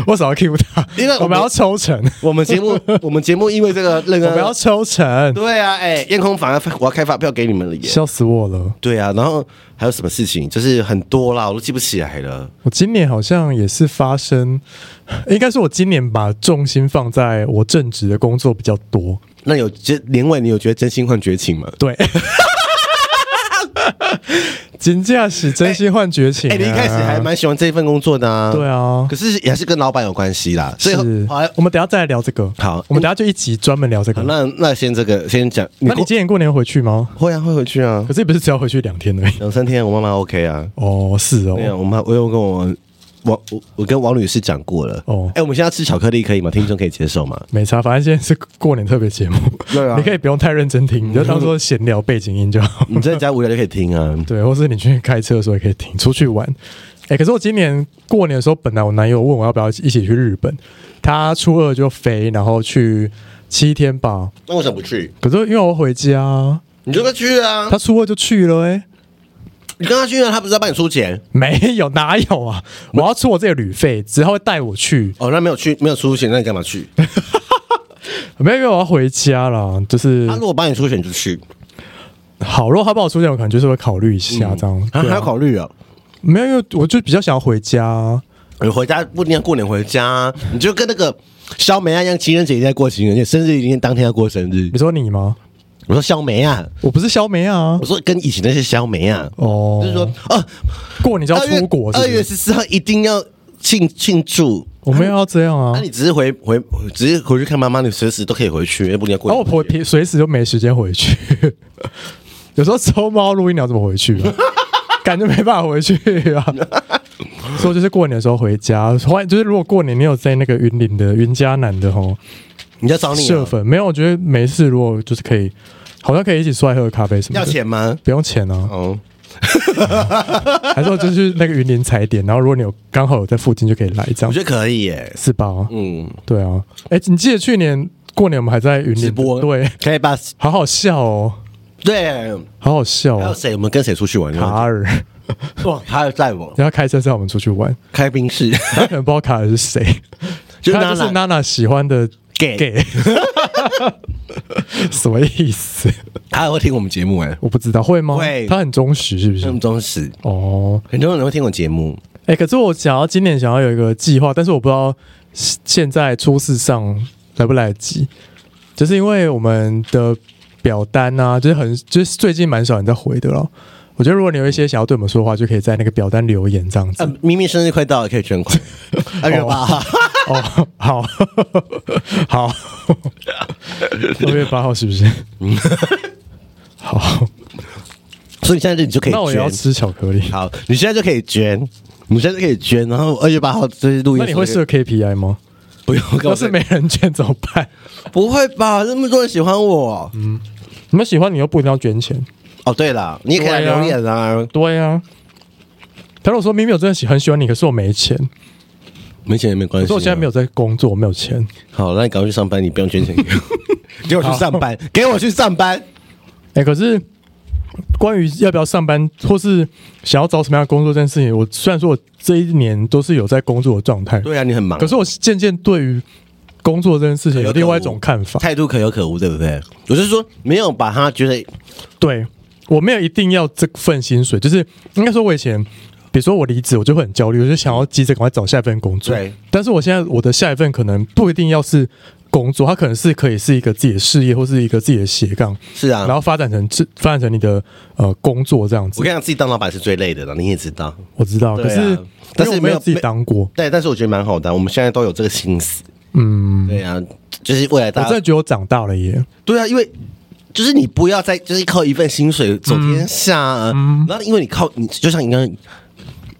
[SPEAKER 1] 为什么要 keep 他？
[SPEAKER 2] 因为我们
[SPEAKER 1] 我们要抽成，
[SPEAKER 2] 我们节目，我们节目因为
[SPEAKER 1] [laughs]
[SPEAKER 2] 这个那
[SPEAKER 1] 我
[SPEAKER 2] 个，
[SPEAKER 1] 们要抽成，
[SPEAKER 2] 呃对啊，哎、验空房啊我要开发票给你们了耶。
[SPEAKER 1] 笑死我了！
[SPEAKER 2] 对啊，然后还有什么事情？就是很多啦，我都记不起来了。
[SPEAKER 1] 我今年好像也是发生， [laughs] 应该是我今年把重心放在我正职的工作比较多。
[SPEAKER 2] 那有这年尾，你有觉得真心换绝情吗？
[SPEAKER 1] 对， [laughs] 金价是真心换绝情、啊。
[SPEAKER 2] 哎、你一开始还蛮喜欢这份工作的啊。
[SPEAKER 1] 对啊
[SPEAKER 2] 可是也还是跟老板有关系啦。所以
[SPEAKER 1] 是
[SPEAKER 2] 好，
[SPEAKER 1] 我们等一下再来聊这个。
[SPEAKER 2] 好
[SPEAKER 1] 我们等一下就一集专门聊这个。
[SPEAKER 2] 那那先这个先讲，
[SPEAKER 1] 那你
[SPEAKER 2] 过
[SPEAKER 1] 今年过年回去吗？
[SPEAKER 2] 会啊会回去啊
[SPEAKER 1] 可，是也不是只要回去两
[SPEAKER 2] [laughs]
[SPEAKER 1] 天而已。
[SPEAKER 2] 两三天我妈妈 OK 啊。
[SPEAKER 1] 哦，是
[SPEAKER 2] 没有，
[SPEAKER 1] 哦，
[SPEAKER 2] 我妈我有跟我王我我跟王女士讲过了。
[SPEAKER 1] 哦
[SPEAKER 2] 哦，哎，我们现在吃巧克力可以吗？听众可以接
[SPEAKER 1] [laughs]
[SPEAKER 2] 受吗？
[SPEAKER 1] 没差，反正现在是过年特别节目，
[SPEAKER 2] 对啊嗯
[SPEAKER 1] 你可以不用太认真听，你就当做闲聊背景音就好。
[SPEAKER 2] 你在家无聊就可以听啊。
[SPEAKER 1] 对，或是你去开车的时候也可以停，出去玩。哎、可是我今年过年的时候，本来我男友问我要不要一起去日本，他初二就飞，然后去七天吧。
[SPEAKER 2] 那为什么不去？
[SPEAKER 1] 可是因为我回家，
[SPEAKER 2] 你就跟他去啊，
[SPEAKER 1] 他初二就去了、欸，
[SPEAKER 2] 你跟他去啊，他不是要帮你出钱？
[SPEAKER 1] 没有哪有啊？我要出我自己的旅费，只要会带我去，
[SPEAKER 2] 哦，那没有去，没有出钱，那你干嘛去？
[SPEAKER 1] 没有没有，我要回家啦。就是
[SPEAKER 2] 他如果帮你出钱就去，
[SPEAKER 1] 好，如果他帮我出钱，我可能就是会考虑一下这样。
[SPEAKER 2] 还
[SPEAKER 1] 对
[SPEAKER 2] 还
[SPEAKER 1] 啊
[SPEAKER 2] 要考虑嗯啊。
[SPEAKER 1] 没有，因为我就比较想要回家。
[SPEAKER 2] 你回家不一定要过年回家啊、你就跟那个肖梅啊一样，情人节一定要过情人节，生日一定当天要过生日
[SPEAKER 1] 你。说你吗？
[SPEAKER 2] 我说肖梅啊，
[SPEAKER 1] 我不是肖梅啊
[SPEAKER 2] 我。说跟以前那些肖梅啊，
[SPEAKER 1] 哦，
[SPEAKER 2] 就是说哦，
[SPEAKER 1] 过年就要
[SPEAKER 2] 二月
[SPEAKER 1] 出国是不
[SPEAKER 2] 二
[SPEAKER 1] 是
[SPEAKER 2] 月十四号一定要庆庆祝。
[SPEAKER 1] 我没有要这样啊。
[SPEAKER 2] 那、你只是回回，只是回去看妈妈，你随时都可以回去，又不一定要过
[SPEAKER 1] 然后哦
[SPEAKER 2] 年。
[SPEAKER 1] 我婆平随时就没时间回去， [laughs] 有时候周猫录音你要怎么回去啊？ [laughs] 感觉没办法回去啊， [laughs] 所以我就是过年的时候回家。欢迎，就是如果过年你有在那个云林的云嘉南的吼
[SPEAKER 2] 你要找你、
[SPEAKER 1] 社
[SPEAKER 2] 啊、
[SPEAKER 1] 粉，没有？我觉得没事，如果就是可以，好像可以一起出来喝个咖啡什么
[SPEAKER 2] 要
[SPEAKER 1] 的，
[SPEAKER 2] 钱吗？
[SPEAKER 1] 不用钱啊。
[SPEAKER 2] 哦，
[SPEAKER 1] 还是我就是去那个云林踩点，然后如果你有刚好有在附近就可以来这样，
[SPEAKER 2] 我觉得可以耶。
[SPEAKER 1] 是吧？
[SPEAKER 2] 嗯，
[SPEAKER 1] 对啊，哎，你记得去年过年我们还在云林
[SPEAKER 2] 直播
[SPEAKER 1] 对，
[SPEAKER 2] 可以吧？
[SPEAKER 1] 好好笑哦，
[SPEAKER 2] 对，
[SPEAKER 1] 好好笑
[SPEAKER 2] 还有
[SPEAKER 1] 哦，
[SPEAKER 2] 谁？我们跟谁出去玩？哦
[SPEAKER 1] 卡尔。
[SPEAKER 2] 哇，他要载我
[SPEAKER 1] [laughs]
[SPEAKER 2] [laughs]
[SPEAKER 1] 然后开车载我们出去玩，
[SPEAKER 2] 开宾士。
[SPEAKER 1] 他可能不知道卡尔是谁，
[SPEAKER 2] [laughs] 就是
[SPEAKER 1] 他就是
[SPEAKER 2] 娜娜
[SPEAKER 1] Nana 喜欢的
[SPEAKER 2] gay，
[SPEAKER 1] gay，什么意思？
[SPEAKER 2] 他还会听我们节目
[SPEAKER 1] [laughs]
[SPEAKER 2] 哎、
[SPEAKER 1] 我不知道会吗？
[SPEAKER 2] 会嗯
[SPEAKER 1] 他很忠实是不
[SPEAKER 2] 这
[SPEAKER 1] 是
[SPEAKER 2] 么？忠实，
[SPEAKER 1] 哦，
[SPEAKER 2] 很多人会听我节目。
[SPEAKER 1] 哎、可是我想要今年想要有一个计划，但是我不知道现在初试上来不来得及，就是因为我们的表单啊，就是很就是最近蛮少人在回的了。我觉得如果你有一些想要对我们说的话，就可以在那个表单留言这样子。
[SPEAKER 2] 呃，明明生日快到了，可以
[SPEAKER 1] [laughs]
[SPEAKER 2] 捐款，哎二月八号，
[SPEAKER 1] 哦，好 [laughs] 好，二月八号是不 [laughs] 是？好，
[SPEAKER 2] [laughs] 所以你现在就你就可以
[SPEAKER 1] 那我也要
[SPEAKER 2] 捐。
[SPEAKER 1] 吃巧克力。
[SPEAKER 2] 好，你现在就可以捐，你现在就可以捐。然后二哎月八号就是录音，
[SPEAKER 1] 那你会设 KPI 吗？
[SPEAKER 2] 不用，
[SPEAKER 1] 要
[SPEAKER 2] 告诉
[SPEAKER 1] 是
[SPEAKER 2] 你
[SPEAKER 1] 没人捐 [laughs] 怎么办？
[SPEAKER 2] 不会吧？那么多人喜欢我。
[SPEAKER 1] 你们喜欢你又不一定要捐钱。
[SPEAKER 2] 哦，对了，你也可以来
[SPEAKER 1] 对啊
[SPEAKER 2] 留言啊。
[SPEAKER 1] 对呀、啊。他如果说明明我真的喜很喜欢你，可是我啊没钱，
[SPEAKER 2] 没钱也没关
[SPEAKER 1] 可
[SPEAKER 2] 系。
[SPEAKER 1] 是我现在没
[SPEAKER 2] 有。
[SPEAKER 1] 有在工作，我没有钱。
[SPEAKER 2] 好，那你赶快去上班，你不用捐钱给我， [laughs] 给我去上班， [laughs] 给我去上班。
[SPEAKER 1] 哎、可是关于要不要上班，或是想要找什么样的工作这件事情，我虽然说我这一年都是有在工作的状态，
[SPEAKER 2] 对啊，你很忙
[SPEAKER 1] 可，是我渐渐对于工作这件事情有另外一种看法。
[SPEAKER 2] 态度可有可无，对不对？我是说，没有把他觉得
[SPEAKER 1] 对我没有一定要这份薪水，就是应该说，我以前比如说我离职，我就会很焦虑，我就想要急着赶快找下一份工作。
[SPEAKER 2] 对，
[SPEAKER 1] 但是我现在我的下一份可能不一定要是工作，它可能是可以是一个自己的事业或是一个自己的斜杠，
[SPEAKER 2] 是啊。
[SPEAKER 1] 然后发展成自发展成你的呃工作这样子
[SPEAKER 2] 我。跟你讲，自己当老板是最累的了，你也知道。
[SPEAKER 1] 我知道，
[SPEAKER 2] 对
[SPEAKER 1] 可
[SPEAKER 2] 啊
[SPEAKER 1] 是因
[SPEAKER 2] 但是
[SPEAKER 1] 为我
[SPEAKER 2] 没
[SPEAKER 1] 没
[SPEAKER 2] 有
[SPEAKER 1] 有自己
[SPEAKER 2] 没
[SPEAKER 1] 当过，
[SPEAKER 2] 对，但是我觉得蛮好的，啊我们现在都有这个心思。
[SPEAKER 1] 嗯，
[SPEAKER 2] 对啊，就是未来
[SPEAKER 1] 我
[SPEAKER 2] 大
[SPEAKER 1] 真
[SPEAKER 2] 家
[SPEAKER 1] 的觉得我长大了耶。
[SPEAKER 2] 对啊，因为就是你不要再就是靠一份薪水走天下、啊，
[SPEAKER 1] 嗯
[SPEAKER 2] 然后因为你靠你就像你刚刚。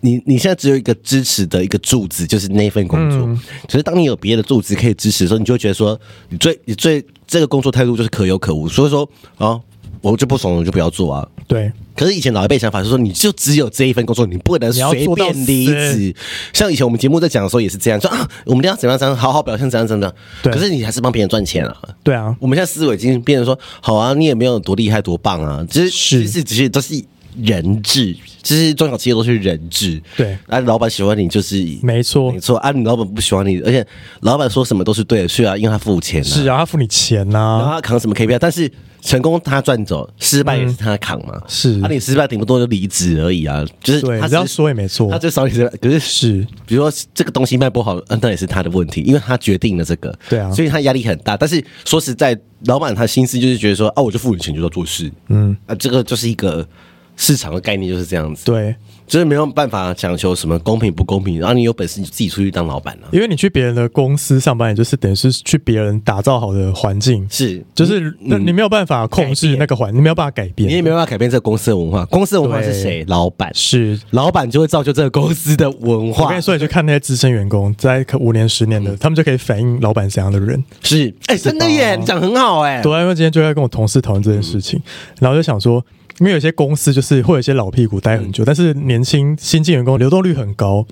[SPEAKER 2] 你你现在只有一个支持的一个柱子，就是那份工作。
[SPEAKER 1] 嗯
[SPEAKER 2] 可是当你有别的柱子可以支持的时候，你就会觉得说，你最你最这个工作态度就是可有可无。所以说啊，我就不爽，我就不要做啊。
[SPEAKER 1] 对，
[SPEAKER 2] 可是以前老一辈想法是说，你就只有这一份工作，你不能随便离
[SPEAKER 1] 你要做
[SPEAKER 2] 职。像以前我们节目在讲的时候也是这样，说啊，我们一定要怎么样怎么样，好好表现怎样怎么样。
[SPEAKER 1] 对
[SPEAKER 2] 可是你还是帮别人赚钱啊。
[SPEAKER 1] 对啊，
[SPEAKER 2] 我们现在思维已经变成说，好啊，你也没有多厉害多棒啊，只是
[SPEAKER 1] 是
[SPEAKER 2] 其实只是都是人质，就是中小企业都是人质。
[SPEAKER 1] 对
[SPEAKER 2] 啊，老板喜欢你就是
[SPEAKER 1] 没错
[SPEAKER 2] 没，错啊，你老板不喜欢你，而且老板说什么都是对的，是啊，因为他付钱、啊。
[SPEAKER 1] 是啊，他付你钱
[SPEAKER 2] 然
[SPEAKER 1] 呐、
[SPEAKER 2] 后他扛什么 KPI，但是成功他赚走，失败也是他扛嘛。
[SPEAKER 1] 是
[SPEAKER 2] 啊，你失败顶多就离职而已啊，就是
[SPEAKER 1] 对，
[SPEAKER 2] 他
[SPEAKER 1] 你这样说也没错
[SPEAKER 2] 他，就少你失败。可是
[SPEAKER 1] 是
[SPEAKER 2] 比如说这个东西卖不好，嗯，那也是他的问题，因为他决定了这个。
[SPEAKER 1] 对啊
[SPEAKER 2] 所以他压力很大。但是说实在，老板他心思就是觉得说，啊，我就付你钱就要做事。嗯，啊，这个就是一个市场的概念，就是这样子，
[SPEAKER 1] 对。
[SPEAKER 2] 就是没有办法讲求什么公平不公平。啊然后你有本事你就自己出去当老板啊了、
[SPEAKER 1] 因为你去别人的公司上班，也就是等于是去别人打造好的环境，
[SPEAKER 2] 是，嗯
[SPEAKER 1] 就是那你没有办法控制那个环，你没有办法改
[SPEAKER 2] 你也
[SPEAKER 1] 变，
[SPEAKER 2] 没办法改变这个公司的文化。公司的文化是
[SPEAKER 1] 对
[SPEAKER 2] 谁？老板。
[SPEAKER 1] 是。
[SPEAKER 2] 老板就会造就这个公司的文
[SPEAKER 1] 我
[SPEAKER 2] 化。
[SPEAKER 1] 跟你说，你去看那些资深员工，在可五年、十年
[SPEAKER 2] 嗯
[SPEAKER 1] 的，他们就可以反映老板怎样的人。
[SPEAKER 2] 是，哎、真的
[SPEAKER 1] 哦
[SPEAKER 2] 耶，你讲很好哎、
[SPEAKER 1] 对啊，因为今天就在跟我同事讨论这件事情，
[SPEAKER 2] 嗯
[SPEAKER 1] 然后就想说，因为有些公司就是会有一些老屁股待很久，
[SPEAKER 2] 嗯
[SPEAKER 1] 但是年轻新进员工流动率很高，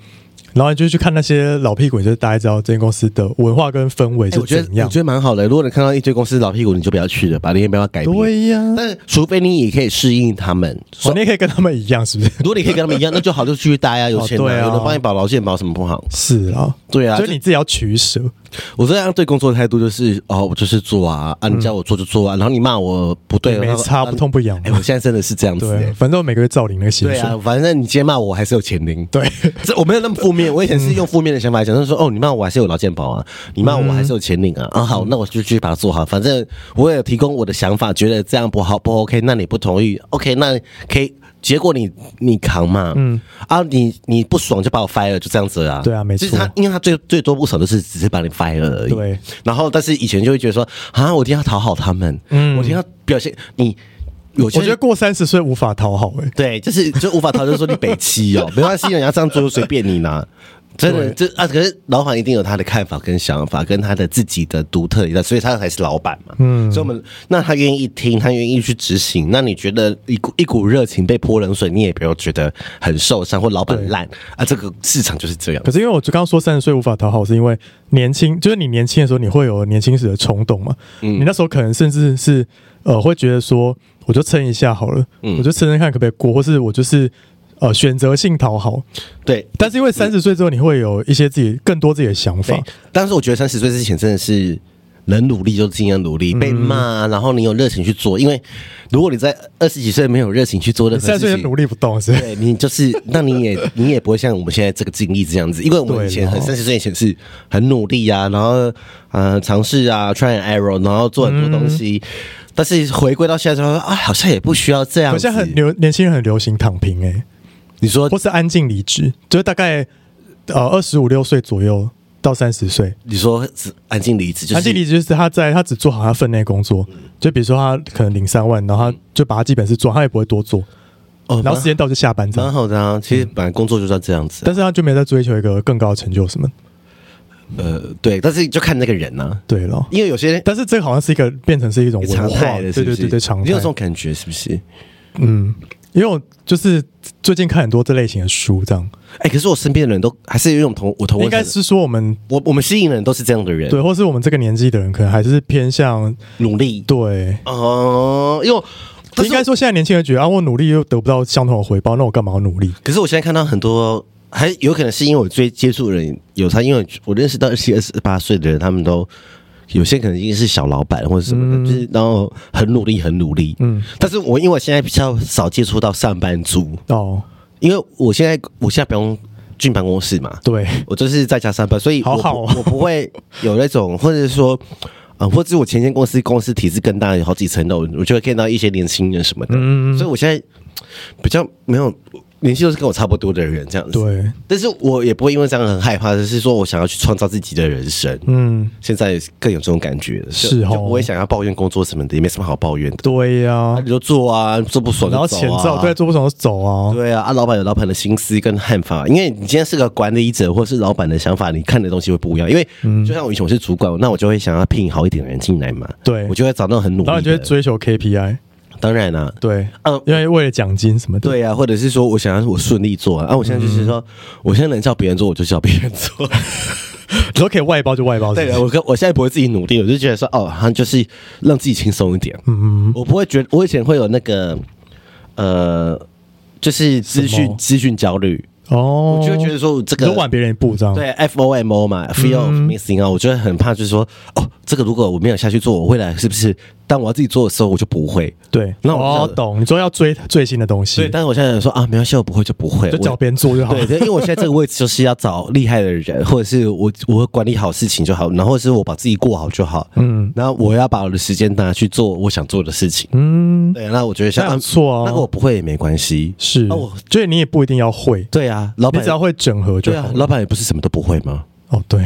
[SPEAKER 1] 然后你就去看那些老屁股，你就大概知道这间公司的文化跟氛围
[SPEAKER 2] 哎
[SPEAKER 1] 是
[SPEAKER 2] 我觉得
[SPEAKER 1] 怎样
[SPEAKER 2] 我。觉得蛮好的。如果你看到一堆公司老屁股，你就不要去了吧，你也没办法改变。
[SPEAKER 1] 对呀、
[SPEAKER 2] 但是除非你也可以适应他们。
[SPEAKER 1] 哦你也可以跟他们一样，
[SPEAKER 2] [laughs]
[SPEAKER 1] 是不是？
[SPEAKER 2] 如果你可以跟他们一样，那就好，就继续待啊，有钱、
[SPEAKER 1] 哦对啊
[SPEAKER 2] 有人帮你保劳健保，什么不好？
[SPEAKER 1] 是啊，
[SPEAKER 2] 对啊
[SPEAKER 1] 所以你自己要取舍。
[SPEAKER 2] 我这样对工作的态度就是，哦，我就是做啊，啊，你叫我做就做啊，然后你骂我不对，
[SPEAKER 1] 嗯没
[SPEAKER 2] 然后
[SPEAKER 1] 差，不痛。不痒
[SPEAKER 2] 哎、。我现在真的是这样子、
[SPEAKER 1] 对，啊
[SPEAKER 2] 哎
[SPEAKER 1] 反正我每个月照领那个薪
[SPEAKER 2] 对
[SPEAKER 1] 水。
[SPEAKER 2] 啊，反正你今天骂我，我还是有钱领。
[SPEAKER 1] 对，
[SPEAKER 2] [laughs] 这我没有那么负面，我以前是用负面的想法来讲，就是说哦，你骂我还是有劳健保啊，你骂我还是有钱领
[SPEAKER 1] 嗯
[SPEAKER 2] 啊，啊好，那我就去把它做好，反正我也提供我的想法，觉得这样不好不 OK，那你不同意，OK，那可以，结果你你扛嘛，嗯，啊你你不爽就把我 fire 了就这样子啊，
[SPEAKER 1] 对啊没错
[SPEAKER 2] 就是他因为他最最多不爽就是只是把你 fire 了而已，
[SPEAKER 1] 对，
[SPEAKER 2] 然后但是以前就会觉得说啊，我一定要讨好他们，嗯，我一定要表现你。有些
[SPEAKER 1] 我觉得过三十岁无法讨好哎、
[SPEAKER 2] 对，就是就无法逃，就是说你北
[SPEAKER 1] [laughs]
[SPEAKER 2] 七哦，没关系，你要这样做就随便你拿。真的，这啊，可是老板一定有他的看法跟想法，跟他的自己的独特的，所以他才是老板嘛。嗯，所以我们那他愿意听，他愿意去执行。那你觉得一股一股热情被泼冷水，你也不要觉得很受伤或老板烂啊。这个市场就是这样
[SPEAKER 1] 可。是因为我就刚刚说三十岁无法讨好，是因为年轻，就是你年轻的时候你会有年轻时的冲动嘛，
[SPEAKER 2] 嗯
[SPEAKER 1] 你那时候可能甚至是
[SPEAKER 2] 嗯
[SPEAKER 1] 呃会觉得说，我就撑一下好了，我就撑撑看可不可以过，或是我就是。呃选择性讨好，
[SPEAKER 2] 对，
[SPEAKER 1] 但是因为三十岁之后，你会有一些自己更多自己的想法
[SPEAKER 2] 对，，但是我觉得三十岁之前真的是能努力就尽量努力，被
[SPEAKER 1] 嗯
[SPEAKER 2] 骂，然后你有热情去做，因为如果你在二十几岁没有热情去做任何
[SPEAKER 1] 三
[SPEAKER 2] 事
[SPEAKER 1] 十岁就
[SPEAKER 2] 情
[SPEAKER 1] 努。力不动是不是
[SPEAKER 2] 对你就是，那你也你也不会像我们现在这个经历这样子，因为我们以前很
[SPEAKER 1] 对
[SPEAKER 2] 三十岁以前是很努力啊，然后呃尝试啊，try and error，然后做很多东西，
[SPEAKER 1] 嗯
[SPEAKER 2] 但是回归到现在之后，啊，好像也不需要这样
[SPEAKER 1] 好
[SPEAKER 2] 子
[SPEAKER 1] 像。很流年轻人很流行躺平哎、欸，
[SPEAKER 2] 你说
[SPEAKER 1] 或是安静离职，就是大概呃二十五六岁左右到三十岁，
[SPEAKER 2] 你说是安静离职，就是嗯
[SPEAKER 1] 安静离职就是他在他只做好他分内工作，就比如说他可能领三万，然后他就把他基本事做好，他也不会多做，
[SPEAKER 2] 哦，
[SPEAKER 1] 然后时间到就下班这
[SPEAKER 2] 蛮
[SPEAKER 1] 样。
[SPEAKER 2] 好的啊。其实本来工作就是要这样子啊、
[SPEAKER 1] 但是他就没有在追求一个更高的成就什么，
[SPEAKER 2] 呃，对，但是就看那个人呐、啊，
[SPEAKER 1] 对咯。
[SPEAKER 2] 因为有些人
[SPEAKER 1] 但是这个好像是一个变成是一种文
[SPEAKER 2] 常
[SPEAKER 1] 化，
[SPEAKER 2] 态
[SPEAKER 1] 对
[SPEAKER 2] 的，是不
[SPEAKER 1] 对
[SPEAKER 2] 是？
[SPEAKER 1] 对对常
[SPEAKER 2] 你
[SPEAKER 1] 态
[SPEAKER 2] 有。这种感觉是不是？
[SPEAKER 1] 嗯，因为我就是最近看很多这类型的书，这样
[SPEAKER 2] 哎、可是我身边的人都还是有一种同我同温
[SPEAKER 1] 应该
[SPEAKER 2] 层
[SPEAKER 1] 是说我们
[SPEAKER 2] 我我们吸引的人都是这样的人，
[SPEAKER 1] 对，或是我们这个年纪的人，可能还是偏向
[SPEAKER 2] 努力
[SPEAKER 1] 对。
[SPEAKER 2] 哦、因为我但
[SPEAKER 1] 应
[SPEAKER 2] 是
[SPEAKER 1] 该说，现在年轻人觉得啊，我努力又得不到相同的回报，那我干嘛要努力？
[SPEAKER 2] 可是我现在看到很多，还有可能是因为我最接触的人有他，因为我认识到二十二十八岁的人，他们都有些可能已经是小老板或者什么的，就是然后很努力，很努力。嗯，但是我因为我现在比较少接触到上班族，
[SPEAKER 1] 哦，
[SPEAKER 2] 因为我现在我现在不用进办公室嘛， [laughs]
[SPEAKER 1] 对，
[SPEAKER 2] 我就是在家上班，所以我不
[SPEAKER 1] 好好哦
[SPEAKER 2] [laughs] 我不会有那种，或者是说，啊、或者是我前间公司公司体制更大，有好几层楼，我就会看到一些年轻人什么的，
[SPEAKER 1] 嗯
[SPEAKER 2] 所以我现在比较没有年纪都是跟我差不多的人这样子，
[SPEAKER 1] 对，
[SPEAKER 2] 但是我也不会因为这样很害怕，就是说我想要去创造自己的人生，
[SPEAKER 1] 嗯，
[SPEAKER 2] 现在更有这种感觉了，
[SPEAKER 1] 是
[SPEAKER 2] 就
[SPEAKER 1] 哦
[SPEAKER 2] 就不会想要抱怨工作什么的，也没什么好抱怨的，
[SPEAKER 1] 对呀、
[SPEAKER 2] 啊你就做啊，做不爽
[SPEAKER 1] 然后
[SPEAKER 2] 就走啊，
[SPEAKER 1] 前兆对做不成就走啊，
[SPEAKER 2] 对啊，啊，老板有老板的心思跟看法，因为你今天是个管理者或是老板的想法，你看的东西会不一样。因为
[SPEAKER 1] 嗯
[SPEAKER 2] 就像我以前我是主管，那我就会想要聘好一点的人进来嘛，
[SPEAKER 1] 对
[SPEAKER 2] 我就会找那种很努力的。
[SPEAKER 1] 然后你就会追求 KPI，
[SPEAKER 2] 当然啦、
[SPEAKER 1] 对，
[SPEAKER 2] 嗯
[SPEAKER 1] 因为为了奖金什么的，
[SPEAKER 2] 对啊，或者是说我想要我顺利做啊，啊，我现在就是
[SPEAKER 1] 嗯
[SPEAKER 2] 说，我现在能叫别人做，我就叫别人做。 [laughs]
[SPEAKER 1] 你都可以外包就外包，
[SPEAKER 2] 对
[SPEAKER 1] 是不
[SPEAKER 2] 啊，
[SPEAKER 1] 是
[SPEAKER 2] 我跟我现在不会自己努力，我就觉得说，哦，好像就是让自己轻松一点。
[SPEAKER 1] 嗯，
[SPEAKER 2] 我不会觉得，我以前会有那个，呃，就是资
[SPEAKER 1] 什
[SPEAKER 2] 讯
[SPEAKER 1] 么
[SPEAKER 2] 资讯焦虑，
[SPEAKER 1] 哦，
[SPEAKER 2] 我就会觉得说这
[SPEAKER 1] 你
[SPEAKER 2] 个
[SPEAKER 1] 都晚别人一步这样，
[SPEAKER 2] 对 F O M O 嘛
[SPEAKER 1] 嗯
[SPEAKER 2] ，Fear of Missing Out，、我觉得很怕，就是说，哦，这个如果我没有下去做，我未来是不是当我要自己做的时候，我就不会？
[SPEAKER 1] 对，
[SPEAKER 2] 那我就
[SPEAKER 1] 哦
[SPEAKER 2] 想
[SPEAKER 1] 懂，你说要追最新的东西，
[SPEAKER 2] 对，但是我现在想说啊，没关系，我不会就不会，
[SPEAKER 1] 嗯就找
[SPEAKER 2] 我
[SPEAKER 1] 别人做就好，
[SPEAKER 2] 对，对因为我现在这个位置就是要找厉害的人，或者是我我会管理好事情就好，然后是我把自己过好就好，嗯，然后我要把我的时间拿去做我想做的事情，
[SPEAKER 1] 嗯，
[SPEAKER 2] 对，那我觉得像
[SPEAKER 1] 那不错啊
[SPEAKER 2] 那个我不会也没关系，
[SPEAKER 1] 是
[SPEAKER 2] 啊我，
[SPEAKER 1] 就是你也不一定要会，
[SPEAKER 2] 对啊，老
[SPEAKER 1] 你
[SPEAKER 2] 板
[SPEAKER 1] 只要会整合就
[SPEAKER 2] 对啊
[SPEAKER 1] 好，了，
[SPEAKER 2] 老板也不是什么都不会吗？
[SPEAKER 1] 哦对，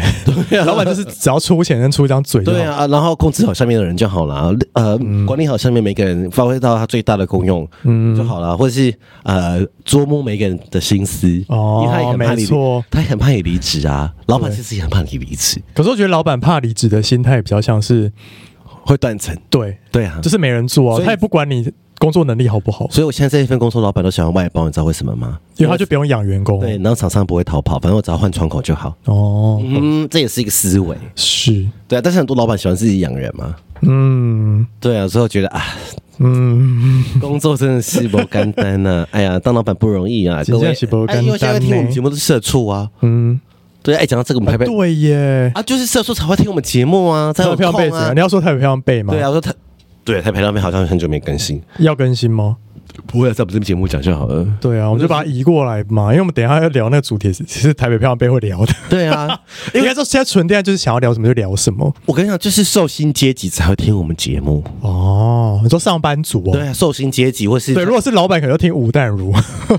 [SPEAKER 1] 老板就是只要出钱跟出一张嘴就
[SPEAKER 2] 对
[SPEAKER 1] 好，
[SPEAKER 2] 啊，然后控制好下面的人就好了，呃，
[SPEAKER 1] 嗯
[SPEAKER 2] 管理好下面每个人，发挥到他最大的功用，就好了，或者是呃，捉摸每个人的心思，
[SPEAKER 1] 哦
[SPEAKER 2] 因为他也很怕
[SPEAKER 1] 没
[SPEAKER 2] 你
[SPEAKER 1] 错，
[SPEAKER 2] 他也很怕你离职啊，老板其实也很怕你离职，
[SPEAKER 1] 可是我觉得老板怕离职的心态比较像是，
[SPEAKER 2] 会断层，
[SPEAKER 1] 对，
[SPEAKER 2] 对啊，
[SPEAKER 1] 就是没人做
[SPEAKER 2] 所
[SPEAKER 1] 啊，
[SPEAKER 2] 以
[SPEAKER 1] 他也不管你工作能力好不好，
[SPEAKER 2] 所以我现在这一份工作，老板都想要外包，你知道为什么吗？
[SPEAKER 1] 因为他就不用养员工。
[SPEAKER 2] 对，然后厂商不会逃跑，反正我只要换窗口就好，
[SPEAKER 1] 哦，
[SPEAKER 2] 嗯，这也是一个思维，
[SPEAKER 1] 是，
[SPEAKER 2] 对啊，但是很多老板喜欢自己养人嘛，
[SPEAKER 1] 嗯
[SPEAKER 2] 对啊，所以我觉得啊，
[SPEAKER 1] 嗯，
[SPEAKER 2] 工作真的是不简单
[SPEAKER 1] [laughs]
[SPEAKER 2] 呐、哎呀，当老板不容易啊，
[SPEAKER 1] 真
[SPEAKER 2] 各位。
[SPEAKER 1] 的是不简单
[SPEAKER 2] 哎
[SPEAKER 1] 呢
[SPEAKER 2] 因为现在听我们节目都是社畜啊，
[SPEAKER 1] 嗯，
[SPEAKER 2] 对，哎，讲到这个我们拍拍
[SPEAKER 1] 对耶，
[SPEAKER 2] 啊，就是社畜才会听我们节目啊，才
[SPEAKER 1] 台
[SPEAKER 2] 有
[SPEAKER 1] 北漂亮被
[SPEAKER 2] 空
[SPEAKER 1] 怎样？
[SPEAKER 2] 啊
[SPEAKER 1] 你。要说台北漂亮被吗？
[SPEAKER 2] 对啊，，我说他，对，台北那边好像很久没更新，
[SPEAKER 1] 要更新吗？
[SPEAKER 2] 不会啊在我们这边节目讲就好了。
[SPEAKER 1] 对啊，我们就把它移过来嘛，因为我们等一下要聊那个主题是，其实台北漂亮被会
[SPEAKER 2] [laughs]
[SPEAKER 1] 聊的。
[SPEAKER 2] 对啊，
[SPEAKER 1] 应该说现在纯电就是想要聊什么就聊什么。
[SPEAKER 2] 我跟你讲，就是寿星阶级才会听我们节目。
[SPEAKER 1] 哦，你说上班族哦，
[SPEAKER 2] 对啊，寿星阶级或是
[SPEAKER 1] 对，如果是老板可能就听吴淡如，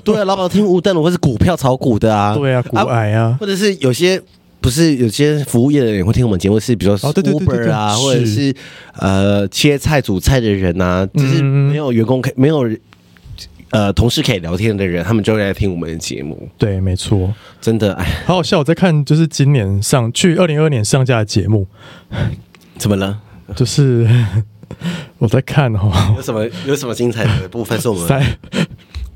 [SPEAKER 2] 对啊，老板听吴淡如或是股票炒股的啊，
[SPEAKER 1] 对啊，古癌啊，
[SPEAKER 2] 或者是有些不是有些服务业的人会听我们节目，是比如说
[SPEAKER 1] 哦对对对对
[SPEAKER 2] Uber 啊，
[SPEAKER 1] 对
[SPEAKER 2] 或者是呃切菜煮菜的人啊，就是
[SPEAKER 1] 嗯
[SPEAKER 2] 没有员工可以没有呃同事可以聊天的人，他们就会来听我们的节目。
[SPEAKER 1] 对，没错。
[SPEAKER 2] 真的，哎，
[SPEAKER 1] 好好笑！我在看，就是今年上去二零二年上架的节
[SPEAKER 2] [laughs]
[SPEAKER 1] 目，
[SPEAKER 2] 怎么了？
[SPEAKER 1] 就是 [laughs] 我在看哈、哦 [laughs]
[SPEAKER 2] [laughs] 有什么有什么精彩的部分是我们
[SPEAKER 1] 三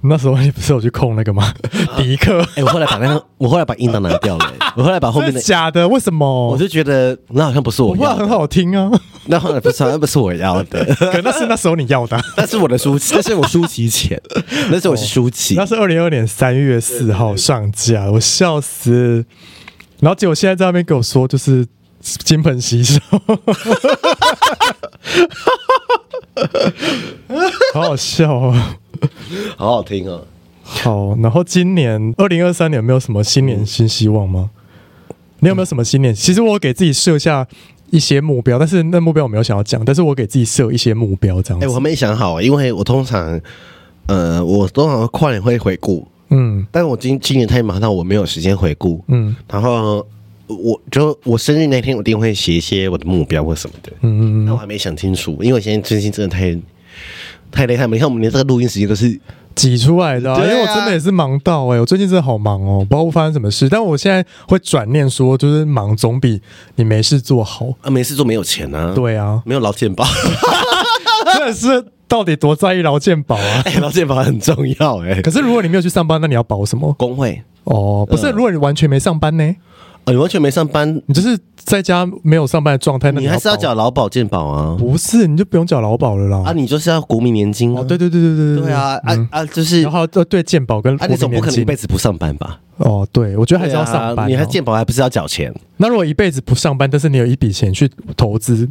[SPEAKER 1] 那时候你不是有去控那个
[SPEAKER 2] [laughs]
[SPEAKER 1] 吗？迪克，
[SPEAKER 2] 哎、我后来把那个，我后来把音档拿掉了、
[SPEAKER 1] [laughs]
[SPEAKER 2] 哎我后来把后面
[SPEAKER 1] 真
[SPEAKER 2] 的
[SPEAKER 1] 的，假的？为什么？
[SPEAKER 2] 我就觉得那好像不是
[SPEAKER 1] 我
[SPEAKER 2] 我
[SPEAKER 1] 不知道
[SPEAKER 2] 要的，
[SPEAKER 1] 很好听
[SPEAKER 2] [laughs]
[SPEAKER 1] 啊，
[SPEAKER 2] 那后来不是，那不是我要
[SPEAKER 1] [laughs]
[SPEAKER 2] 的，
[SPEAKER 1] 可那是那时候你要的
[SPEAKER 2] [laughs]
[SPEAKER 1] 啊，
[SPEAKER 2] 那是我
[SPEAKER 1] [laughs]
[SPEAKER 2] 的舒，那是我舒淇钱，那是我是舒淇
[SPEAKER 1] 那，是二零二年三月四号上架，我笑死。然后结果现在在那边跟我说，就是金盆洗
[SPEAKER 2] [laughs]
[SPEAKER 1] 手， [laughs] 好好笑啊、
[SPEAKER 2] 好好听哦。
[SPEAKER 1] 好，然后今年二零二三年有没有什么新年新希望吗？你有没有什么新年？其实我给自己设下一些目标，但是那目标我没有想要讲，但是我给自己设一些目标这样子。
[SPEAKER 2] 哎、我还没想好，因为我通常，呃，我通常跨年会回顾，
[SPEAKER 1] 嗯
[SPEAKER 2] 但我今今年太忙，那我没有时间回顾。
[SPEAKER 1] 嗯
[SPEAKER 2] 然后我就我生日那天，我一定会写一些我的目标或什么的。
[SPEAKER 1] 嗯嗯
[SPEAKER 2] 那、
[SPEAKER 1] 嗯，
[SPEAKER 2] 我还没想清楚，因为我现在最近真的太太累太忙。你看我们连这个录音时间都是
[SPEAKER 1] 挤出来的啊、
[SPEAKER 2] 对啊
[SPEAKER 1] 因为我真的也是忙到哎、我最近真的好忙哦，不知道发生什么事。但我现在会转念说，就是忙总比你没事做好。
[SPEAKER 2] 啊，没事做没有钱啊，，
[SPEAKER 1] 对啊， [laughs]
[SPEAKER 2] 没有劳健保，
[SPEAKER 1] 真的是到底多在意劳健保啊？
[SPEAKER 2] 哎、劳健保很重要哎、
[SPEAKER 1] 可是如果你没有去上班，那你要保什么？
[SPEAKER 2] 工会，
[SPEAKER 1] 哦，不是，
[SPEAKER 2] 啊
[SPEAKER 1] 如果你完全没上班呢？
[SPEAKER 2] 呃，你完全没上班，
[SPEAKER 1] 你就是在家没有上班的状态，那
[SPEAKER 2] 你还是要
[SPEAKER 1] 保
[SPEAKER 2] 缴劳保健保啊，
[SPEAKER 1] 不是，你就不用缴劳保了啦。
[SPEAKER 2] 啊，你就是要国民年金啊，
[SPEAKER 1] 哦，对对对对对
[SPEAKER 2] 对啊，啊、啊，就是
[SPEAKER 1] 然后对对健保跟
[SPEAKER 2] 啊，
[SPEAKER 1] 国
[SPEAKER 2] 你
[SPEAKER 1] 民
[SPEAKER 2] 总不
[SPEAKER 1] 年
[SPEAKER 2] 可能一
[SPEAKER 1] 金
[SPEAKER 2] 辈子不上班吧？
[SPEAKER 1] 哦，对，我觉得还是要上
[SPEAKER 2] 对
[SPEAKER 1] 班
[SPEAKER 2] 啊
[SPEAKER 1] 哦。
[SPEAKER 2] 你还健保还不是要缴钱？
[SPEAKER 1] 那如果一辈子不上班，但是你有一笔钱去投资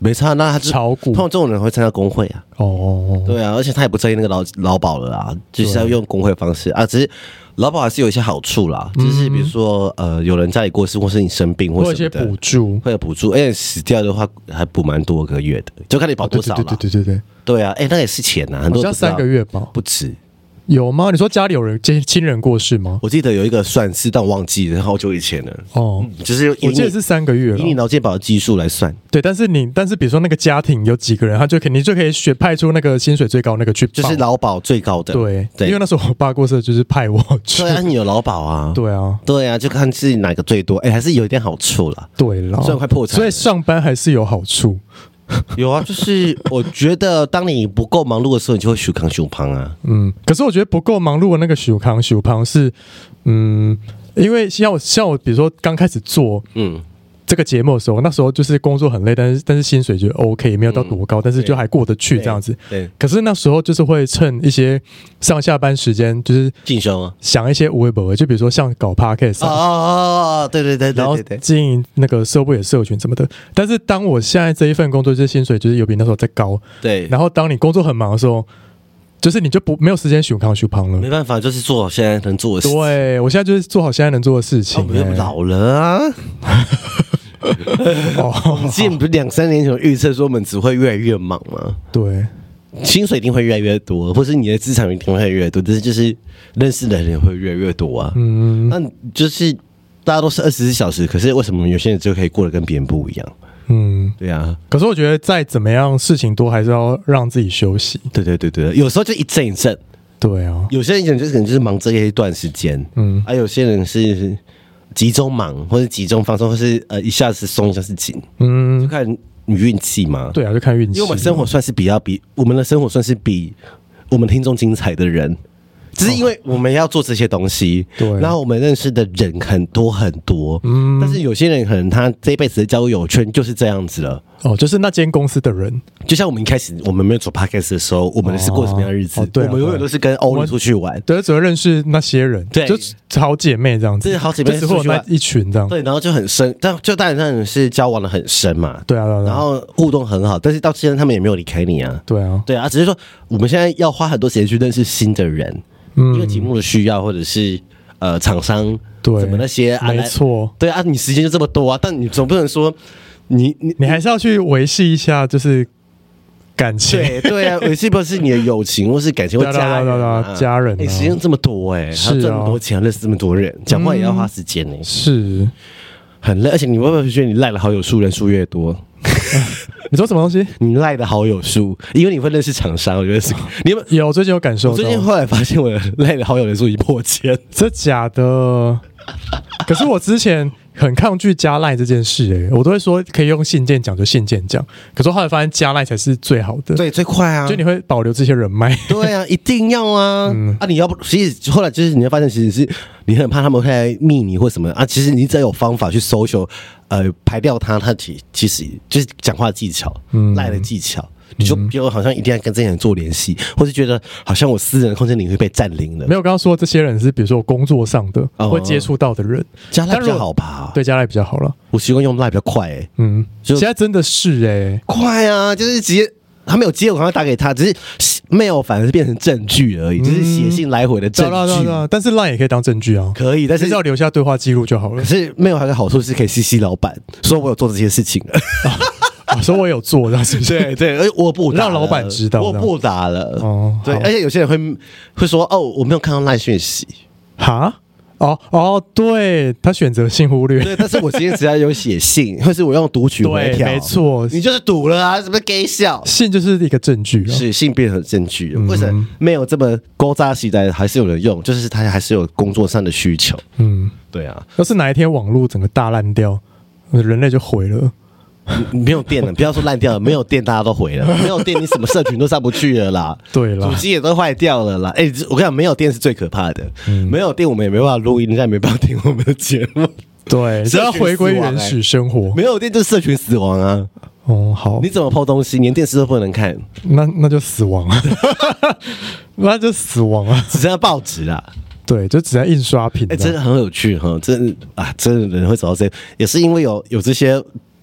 [SPEAKER 2] 没差，那他就
[SPEAKER 1] 炒股
[SPEAKER 2] 通常这种人会参加工会啊，
[SPEAKER 1] 哦，
[SPEAKER 2] 对啊，而且他也不在意那个劳劳保了啊，就是要用工会的方式啊，只是劳保还是有一些好处啦，
[SPEAKER 1] 嗯
[SPEAKER 2] 就是比如说呃，有人家里过世，或是你生病
[SPEAKER 1] 或
[SPEAKER 2] 或
[SPEAKER 1] 有一
[SPEAKER 2] 什
[SPEAKER 1] 些
[SPEAKER 2] 么
[SPEAKER 1] 补
[SPEAKER 2] 的，
[SPEAKER 1] 助，
[SPEAKER 2] 会有补助，而且死掉的话还补蛮多个月的，就看你保
[SPEAKER 1] 对
[SPEAKER 2] 多
[SPEAKER 1] 对
[SPEAKER 2] 少
[SPEAKER 1] 哦对
[SPEAKER 2] 啦。
[SPEAKER 1] 对对对对，
[SPEAKER 2] 对啊，哎，那也是钱呐，很
[SPEAKER 1] 好
[SPEAKER 2] 多人
[SPEAKER 1] 像
[SPEAKER 2] 不知道
[SPEAKER 1] 三个月吧？
[SPEAKER 2] 不止。
[SPEAKER 1] 有吗？你说家里有人亲亲人过世吗？
[SPEAKER 2] 我记得有一个算是，但我忘记了，好久以前了，
[SPEAKER 1] 哦，
[SPEAKER 2] 就是嗯以
[SPEAKER 1] 我记得
[SPEAKER 2] 你
[SPEAKER 1] 是三个月哦
[SPEAKER 2] 以你
[SPEAKER 1] 了。
[SPEAKER 2] 劳健保的基数来算，
[SPEAKER 1] 对，但是你但是比如说那个家庭有几个人，他就肯定就可以选派出那个薪水最高那个去报，
[SPEAKER 2] 就是劳保最高的。
[SPEAKER 1] 对，
[SPEAKER 2] 对，
[SPEAKER 1] 因为那时候我爸过世，就是派我去
[SPEAKER 2] 对。啊，你有劳保啊，
[SPEAKER 1] 对啊，
[SPEAKER 2] 对啊，就看自己哪个最多，哎、还是有一点好处
[SPEAKER 1] [laughs]
[SPEAKER 2] 啦。
[SPEAKER 1] 对啦，
[SPEAKER 2] 虽然快破产了
[SPEAKER 1] 所以上班还是有好处。
[SPEAKER 2] 有啊，就是我觉得当你不够忙碌的时候，你就会许康许胖啊。
[SPEAKER 1] 嗯，可是我觉得不够忙碌的那个许康许胖是，嗯，因为像我像我比如说刚开始做
[SPEAKER 2] 嗯，
[SPEAKER 1] 这个节目的时候，那时候就是工作很累，但是但是薪水就 OK，也没有到多高，但是就还过得去这样子。
[SPEAKER 2] 嗯对，
[SPEAKER 1] 可是那时候就是会趁一些上下班时间，就是
[SPEAKER 2] 进修啊。
[SPEAKER 1] 想一些无微不微，就比如说像搞 podcast
[SPEAKER 2] 哦
[SPEAKER 1] 啊，
[SPEAKER 2] 哦哦，对对对
[SPEAKER 1] 然后
[SPEAKER 2] 对对对，
[SPEAKER 1] 经营那个社会的社群什么的。但是当我现在这一份工作，就是薪水就是有比那时候再高，
[SPEAKER 2] 对，
[SPEAKER 1] 然后当你工作很忙的时候，就是你就不没有时间熊康熊胖了
[SPEAKER 2] 没。办法，就是做好现在能做的事。啊，
[SPEAKER 1] 对，我现在就是做好现在能做的事情、
[SPEAKER 2] 我们又
[SPEAKER 1] 哎
[SPEAKER 2] 老了
[SPEAKER 1] [laughs]
[SPEAKER 2] 啊，
[SPEAKER 1] 哦， [laughs]
[SPEAKER 2] 之前不是两三年前有预测说我们只会越来越忙吗？
[SPEAKER 1] 对，
[SPEAKER 2] 薪水一定会越来越多，或是你的资产一定会越来越多，但是就是认识的人也会越来越多啊。
[SPEAKER 1] 嗯
[SPEAKER 2] 那就是大家都是二十四小时，可是为什么有些人就可以过得跟别人不一样？
[SPEAKER 1] 嗯。
[SPEAKER 2] 对啊，
[SPEAKER 1] 可是我觉得再怎么样事情多，还是要让自己休息。
[SPEAKER 2] 对对对对，有时候就一阵一阵，
[SPEAKER 1] 对啊，
[SPEAKER 2] 有些人就是可能就是忙这一段时间，
[SPEAKER 1] 嗯
[SPEAKER 2] 嗯，而、有些人是集中忙，或是集中放松，或是呃一下子松一下子紧，就
[SPEAKER 1] 嗯，
[SPEAKER 2] 看你运气嘛。，
[SPEAKER 1] 对啊，就看运气。
[SPEAKER 2] 因为我们生活算是比较比我们的生活算是比我们听众精彩的人。只是因为我们要做这些东西，
[SPEAKER 1] 对
[SPEAKER 2] 然后我们认识的人很多很多，嗯，但是有些人可能他这一辈子的交友圈就是这样子了，
[SPEAKER 1] 哦，就是那间公司的人，
[SPEAKER 2] 就像我们一开始我们没有做 podcast 的时候，我们是过什么样的日子？
[SPEAKER 1] 哦哦对啊
[SPEAKER 2] 我们永远都是跟欧丽出去玩。
[SPEAKER 1] 对，只会认识那些人，
[SPEAKER 2] 对
[SPEAKER 1] 就是好姐妹这样子，
[SPEAKER 2] 这是好姐妹
[SPEAKER 1] 就只会有那一群这样。
[SPEAKER 2] 对，然后就很深，但就当然他们是交往的很深嘛，
[SPEAKER 1] 对啊，对啊，对
[SPEAKER 2] 然
[SPEAKER 1] 啊
[SPEAKER 2] 后互动很好，但是到现在他们也没有离开你啊。
[SPEAKER 1] 对啊，
[SPEAKER 2] 对啊，只是说我们现在要花很多时间去认识新的人，
[SPEAKER 1] 嗯
[SPEAKER 2] 因为节目的需要，或者是呃厂商
[SPEAKER 1] 对
[SPEAKER 2] 怎么那些啊，
[SPEAKER 1] 没
[SPEAKER 2] 来
[SPEAKER 1] 错，
[SPEAKER 2] 对啊，你时间就这么多啊，但你总不能说你
[SPEAKER 1] [laughs]
[SPEAKER 2] 你
[SPEAKER 1] 你还是要去维系一下，就是感情。
[SPEAKER 2] 对对啊，是不是你的友情或是感情或
[SPEAKER 1] 对啊对
[SPEAKER 2] 家
[SPEAKER 1] 啊对啊
[SPEAKER 2] 人
[SPEAKER 1] 对
[SPEAKER 2] 啊
[SPEAKER 1] 啊家人啊
[SPEAKER 2] 你时间这么多哎，
[SPEAKER 1] 是啊嗯
[SPEAKER 2] 还要赚那么多钱，认识这么多人，讲话也要花时间呢，
[SPEAKER 1] 是，
[SPEAKER 2] 很累，而且你会不会觉得你赖的好友数人数越多？
[SPEAKER 1] 你说什么东西？
[SPEAKER 2] 你赖的好友数，因为你会认识厂商，我觉得
[SPEAKER 1] 哦
[SPEAKER 2] 是你们。
[SPEAKER 1] 有，最近有感受
[SPEAKER 2] 我
[SPEAKER 1] 到。
[SPEAKER 2] 最近后来发现，我的赖的好友人数已破千，
[SPEAKER 1] 这假的？可是我之前很抗拒加赖这件事、欸，哎，我都会说可以用信件讲就信件讲，可是我后来发现加赖才是最好的，
[SPEAKER 2] 对，最快啊
[SPEAKER 1] 就，你会保留这些人脉， [laughs]
[SPEAKER 2] [laughs] 对啊，一定要啊，
[SPEAKER 1] 嗯
[SPEAKER 2] 啊，你要不，其实后来就是你会发现，其实是你很怕他们会来密你或什么啊，其实你只要有方法去搜求，呃，排掉他，他其其实就是讲话技巧，
[SPEAKER 1] 嗯
[SPEAKER 2] 赖的技巧。你就比如好像一定要跟这些人做联系，或是觉得好像我私人的空间领域被占领了
[SPEAKER 1] 没，有，刚刚说这些人是比如说我工作上的
[SPEAKER 2] 哦
[SPEAKER 1] 会接触到的人，
[SPEAKER 2] 加赖
[SPEAKER 1] 但
[SPEAKER 2] 比
[SPEAKER 1] 如果
[SPEAKER 2] 较好吧？，
[SPEAKER 1] 对加赖比较好了。
[SPEAKER 2] 我习惯用赖比较快、欸，
[SPEAKER 1] 嗯，
[SPEAKER 2] 就
[SPEAKER 1] 现在真的是哎、欸，
[SPEAKER 2] 快啊，就是直接他没有接，我赶快打给他，只是 mail 反而是变成证据而已，只是写信来回的证
[SPEAKER 1] 嗯对啊对啊
[SPEAKER 2] 据
[SPEAKER 1] 对，啊但是 LINE 也可以当证据啊，
[SPEAKER 2] 可以，但
[SPEAKER 1] 只
[SPEAKER 2] 是
[SPEAKER 1] 是要留下对话记录就好了 [laughs]
[SPEAKER 2] 可。是 mail 还有个好处是可以 CC 老板，说我有做这些事情了，
[SPEAKER 1] 啊所以我有做，这样是不是？
[SPEAKER 2] [laughs] 对对，而且我不打了
[SPEAKER 1] 让老板知道
[SPEAKER 2] 我不打了，
[SPEAKER 1] 哦
[SPEAKER 2] 对，
[SPEAKER 1] 好
[SPEAKER 2] 而且有些人会会说哦，我没有看到赖讯息，
[SPEAKER 1] 哈，哦哦，对他选择性忽略，
[SPEAKER 2] 对，但是我今天只要有写信， [laughs] 或是我用读取回
[SPEAKER 1] 对，
[SPEAKER 2] 条，
[SPEAKER 1] 没，错，
[SPEAKER 2] 啊你就是赌了啊，什么 gay 笑。
[SPEAKER 1] 信就是一个证据啊。
[SPEAKER 2] 是性变成证据，为什么没有这么勾扎时代还是有人用？就是他还是有工作上的需求，
[SPEAKER 1] 嗯，
[SPEAKER 2] 对啊，
[SPEAKER 1] 要是哪一天网络整个大烂掉，人类就毁了。
[SPEAKER 2] 没
[SPEAKER 1] [laughs]
[SPEAKER 2] 有电了，不要说烂掉了，没有电大家都毁了，没有电你什么社群都上不去了啦，
[SPEAKER 1] 对啦
[SPEAKER 2] 主，机也都坏掉了啦。哎、我跟你讲，没有电是最可怕的，
[SPEAKER 1] 嗯
[SPEAKER 2] 没有电我们也没办法录音，人家也没办法听我们的节
[SPEAKER 1] [laughs]
[SPEAKER 2] 目，
[SPEAKER 1] 对，只要
[SPEAKER 2] 社群
[SPEAKER 1] 回归
[SPEAKER 2] 死亡
[SPEAKER 1] 原
[SPEAKER 2] 欸
[SPEAKER 1] 始生活。
[SPEAKER 2] 没有电就是社群死亡啊！
[SPEAKER 1] 哦，好
[SPEAKER 2] 你，怎么抛东西，连电视都不能看，
[SPEAKER 1] 那那就死亡啊， [laughs] 那就死亡啊。
[SPEAKER 2] 只剩下报纸啦。
[SPEAKER 1] 对，就只在印刷品
[SPEAKER 2] 哎、
[SPEAKER 1] 啊。
[SPEAKER 2] 真的很有趣哈，真的啊，真的人会走到这，也是因为有有这些